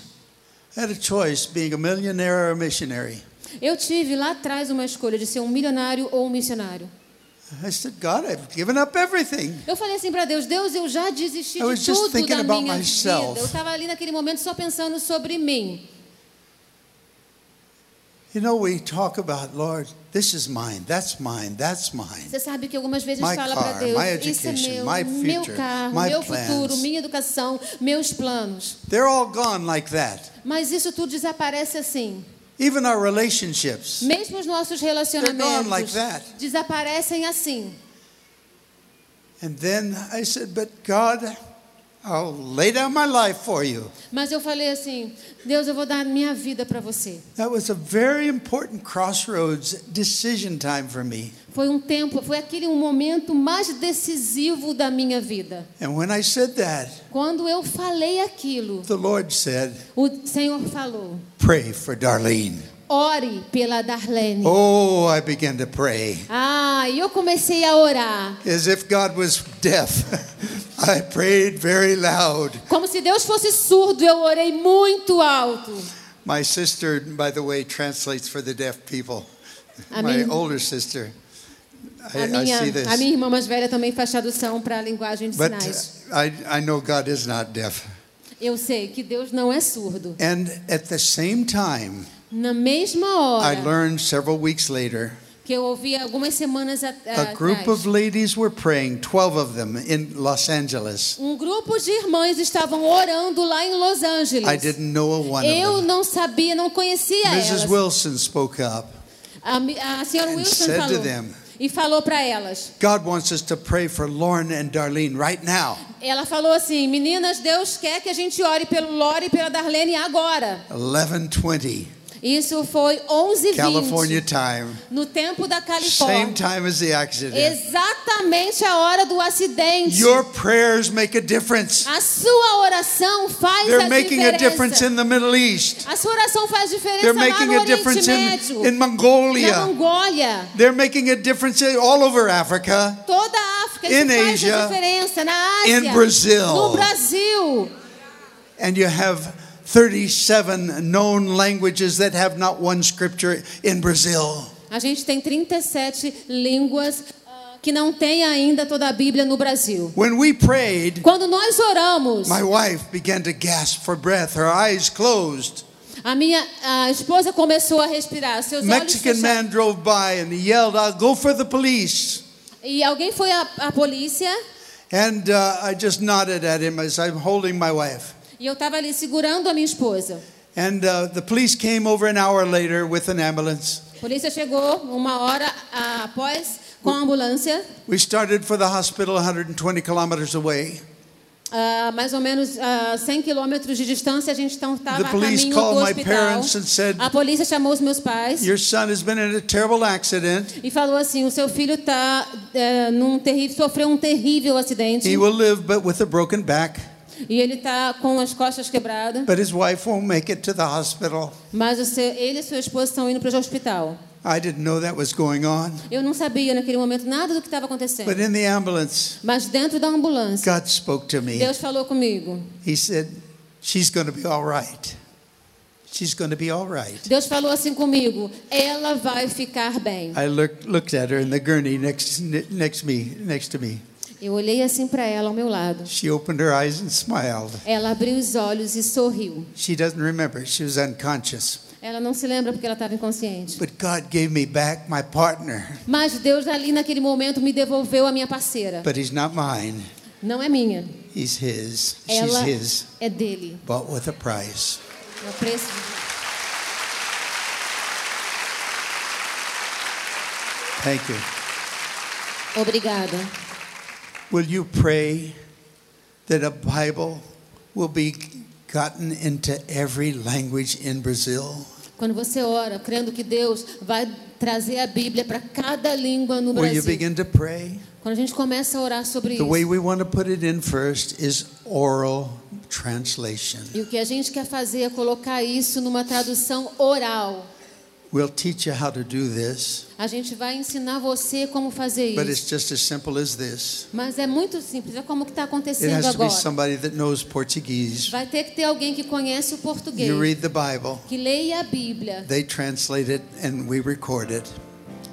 S1: I had a choice being a millionaire or a missionary.
S2: Eu tive lá atrás uma escolha de ser um milionário ou um missionário.
S1: I said, God, I've given up everything.
S2: Eu falei assim para Deus, Deus, eu já desisti
S1: I was
S2: de
S1: just
S2: tudo
S1: thinking
S2: da
S1: about
S2: minha
S1: myself.
S2: vida. Eu estava ali naquele momento só pensando sobre mim.
S1: You know, we talk about, Lord, this is mine, that's mine, that's mine.
S2: Você sabe que algumas vezes
S1: My
S2: fala
S1: car,
S2: para Deus,
S1: my
S2: isso é meu,
S1: education, my
S2: meu
S1: future,
S2: carro,
S1: my
S2: meu
S1: plans."
S2: futuro, minha educação, meus planos.
S1: They're all gone like that.
S2: Mas isso tudo desaparece assim.
S1: Even our relationships.
S2: Mesmo os nossos relacionamentos
S1: like that.
S2: desaparecem assim.
S1: And then I said, But God, I'll lay down my life for you.
S2: Mas eu falei assim, Deus, eu vou dar minha vida para você.
S1: That was a very important crossroads decision time for me.
S2: Foi um tempo, foi aquele um momento mais decisivo da minha vida.
S1: And when I said that,
S2: Quando eu falei aquilo,
S1: the Lord said,
S2: o Senhor falou:
S1: Pray for Darlene.
S2: ore pela Darlene.
S1: Oh, I began to pray.
S2: Ah, e eu comecei a orar.
S1: As if God was deaf. I prayed very loud.
S2: Como se Deus fosse surdo, eu orei muito alto.
S1: My sister, by the way, translates for the deaf people.
S2: A
S1: My
S2: minha-
S1: older sister. I,
S2: A
S1: I
S2: minha,
S1: see this.
S2: a minha irmã mais velha também faz tradução para a linguagem de
S1: but
S2: sinais.
S1: uh, I, I know God is not deaf.
S2: Eu sei que Deus não é surdo.
S1: And at the same time,
S2: Na mesma
S1: I
S2: hora
S1: learned several weeks later
S2: que eu ouvi algumas semanas at- uh,
S1: A group
S2: atrás.
S1: of ladies were praying, 12 of them in Los Angeles.
S2: Um grupo de irmãs estavam orando lá em Los Angeles.
S1: I didn't know a one of
S2: Eu
S1: them.
S2: não sabia, não conhecia
S1: Ah, Mrs.
S2: elas.
S1: Wilson spoke up.
S2: A, mi- a senhora
S1: and
S2: Wilson
S1: said to
S2: falou
S1: them-
S2: e falou para elas.
S1: God wants us to pray for Lauren and Darlene right now.
S2: Ela falou assim: "Meninas, Deus quer que a gente ore pelo Lore e pela Darlene agora".
S1: 11:20
S2: Isso foi 11:20
S1: California time.
S2: no tempo da
S1: Same
S2: Califórnia.
S1: time as the accident.
S2: Exatamente a hora do acidente.
S1: Your prayers make a difference.
S2: A sua oração faz a
S1: They're making a difference
S2: diferença.
S1: in the Middle East.
S2: A sua oração faz diferença
S1: They're
S2: lá
S1: making
S2: no
S1: a
S2: Oriente
S1: difference in,
S2: Médio,
S1: in
S2: na
S1: Mongolia.
S2: Mongólia,
S1: They're making a difference in- all over Africa.
S2: toda a África.
S1: In
S2: Isso faz
S1: Asia,
S2: a diferença na Ásia,
S1: in Brazil.
S2: no Brasil.
S1: And you have 37 known languages that have not one scripture in Brazil.
S2: A gente tem 37 línguas ah, que não tem ainda toda a Bíblia no Brasil.
S1: When we prayed,
S2: Quando nós oramos,
S1: my wife began to gasp for breath, her eyes closed.
S2: a minha a esposa começou a respirar, seus olhos
S1: Mexican
S2: fechados.
S1: man drove by and he yelled, I'll go for the police.
S2: E alguém foi à, à polícia
S1: And uh, I just nodded at him as I'm holding my wife.
S2: e eu estava ali segurando a minha esposa.
S1: And uh, the police came over an hour later with an ambulance.
S2: A polícia chegou uma hora ah, após com a ambulância,
S1: We started for the hospital 120 kilometers away.
S2: ah, mais ou menos ah, 100 quilômetros de distância, a gente estava a
S1: The police
S2: caminho do
S1: called my
S2: hospital.
S1: parents and said-
S2: A polícia chamou os meus pais
S1: Your son has been in a terrible accident.
S2: e falou assim: o seu filho tá eh, num terrível, sofreu um terrível acidente
S1: He will live, but with a broken back.
S2: e ele está com as costas quebradas,
S1: But his wife won't make it to the hospital.
S2: mas o seu, ele e sua esposa estão indo para o hospital.
S1: I didn't know that was going on.
S2: Eu não sabia naquele momento nada do que estava acontecendo.
S1: But in the ambulance,
S2: Mas dentro da ambulância,
S1: God spoke to me.
S2: Deus falou comigo.
S1: He said, She's going to be all right. She's going to be all right.
S2: Deus falou assim comigo: ela vai ficar bem.
S1: I looked, looked at her in the gurney next, next, me, next to me.
S2: Eu olhei assim para ela ao meu lado.
S1: She opened her eyes and smiled.
S2: Ela abriu os olhos e sorriu.
S1: She doesn't remember. She was unconscious.
S2: Ela não se lembra porque ela estava inconsciente.
S1: But God gave me back my partner,
S2: Mas Deus ali naquele momento me devolveu a minha parceira.
S1: but he's not mine.
S2: Não é minha.
S1: He's his. She's
S2: Ela
S1: his.
S2: é dele.
S1: Bought with a price.
S2: É o preço. de-
S1: Thank you.
S2: Obrigada.
S1: Will you pray that a Bible will be gotten into every language in Brazil?
S2: Quando você ora, crendo que Deus vai trazer a Bíblia para cada língua no
S1: Will you
S2: Brasil.
S1: begin to pray?
S2: Quando a gente começa a orar sobre
S1: The way
S2: isso.
S1: we want to put it in first is oral translation.
S2: E o que a gente quer fazer é colocar isso numa tradução oral.
S1: We'll teach you how to do this,
S2: A gente vai ensinar você como fazer
S1: but
S2: isso.
S1: it's just as simple as this.
S2: Mas é muito simples, é como que está
S1: It
S2: acontecendo
S1: has to be
S2: agora.
S1: somebody that knows Portuguese.
S2: Vai ter que ter alguém que conhece o português,
S1: You read the Bible,
S2: que leia a Bíblia.
S1: they translate it, and we record it.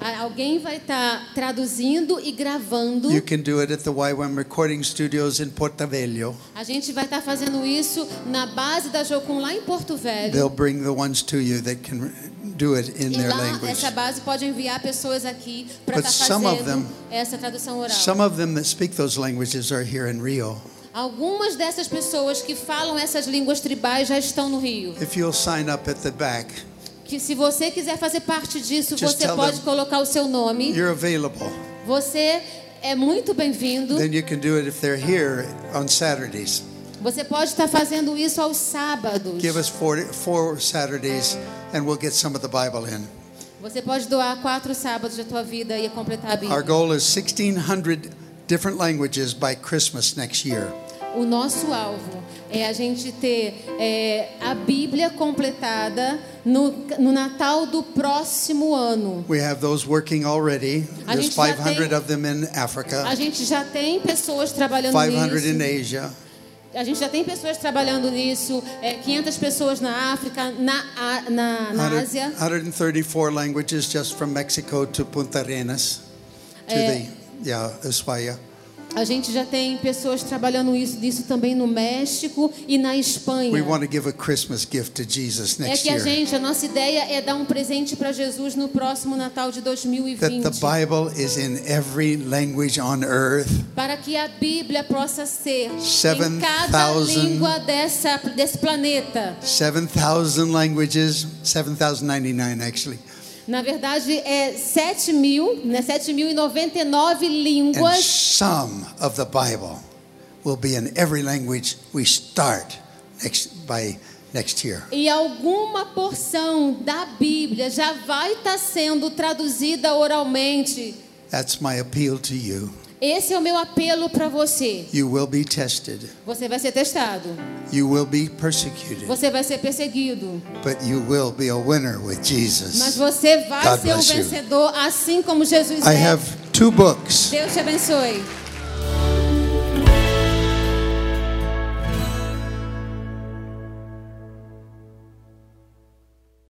S2: A- Alguém vai estar traduzindo e gravando.
S1: You can do it at the YWAM Recording Studios in Porto Velho.
S2: A gente vai estar fazendo isso na base da Jocum lá em Porto Velho.
S1: They'll bring the ones to you that can do it in
S2: E
S1: their
S2: lá
S1: language.
S2: essa base pode enviar pessoas aqui para
S1: But
S2: estar
S1: some of
S2: fazendo
S1: them-
S2: essa tradução oral.
S1: Some of them that speak those languages are here in Rio.
S2: Algumas dessas pessoas que falam essas línguas tribais já estão no Rio.
S1: If you'll sign up at the back,
S2: Que se você quiser fazer parte disso,
S1: Just
S2: você
S1: tell
S2: pode
S1: them-
S2: colocar o seu nome.
S1: you're available.
S2: Você é muito bem-vindo.
S1: Then you can do it if they're here on Saturdays.
S2: Você pode estar fazendo isso aos sábados.
S1: Give us four, four Saturdays and we'll get some of the Bible in.
S2: Você pode doar quatro sábados da tua vida e completar a
S1: Our
S2: Bíblia.
S1: goal is 1,600 different languages by Christmas next year.
S2: O nosso alvo é a gente ter é, a Bíblia completada no, no Natal do próximo ano.
S1: We have those working already.
S2: A
S1: There's
S2: gente já
S1: 500
S2: tem-
S1: of them in
S2: A
S1: Africa,
S2: gente já tem pessoas trabalhando
S1: 500 in
S2: nisso.
S1: Asia.
S2: A gente já tem pessoas trabalhando nisso. É, 500 pessoas na África, na, Á- na, na
S1: 100
S2: Ásia.
S1: 134 languages just from Mexico to Punta Arenas to
S2: Eh.
S1: the yeah Ushuaia.
S2: A gente já tem pessoas trabalhando isso, disso também no México e na Espanha.
S1: We want to give a Christmas gift to Jesus
S2: É
S1: next
S2: Eh, que a
S1: year.
S2: gente, a nossa ideia é dar um presente para Jesus no próximo Natal de
S1: That
S2: 2020,
S1: the Bible is in every language on earth.
S2: para que a Bíblia possa ser em cada
S1: 7,000
S2: língua dessa, desse planeta.
S1: 7,000 languages, 7,099 actually,
S2: Na verdade, é 7 mil, né, 7.099
S1: and
S2: línguas.
S1: some of the Bible will be in every language we start next by next year.
S2: E alguma porção da Bíblia já vai estar sendo traduzida oralmente.
S1: That's my appeal to you.
S2: Esse é o meu apelo para você.
S1: You will be tested.
S2: Você vai ser testado.
S1: You will be persecuted,
S2: Você vai ser perseguido.
S1: but you will be a winner with
S2: Mas
S1: Jesus.
S2: você vai
S1: God
S2: ser o
S1: bless you.
S2: vencedor, assim como Jesus
S1: I
S2: é.
S1: have two books.
S2: Deus te abençoe.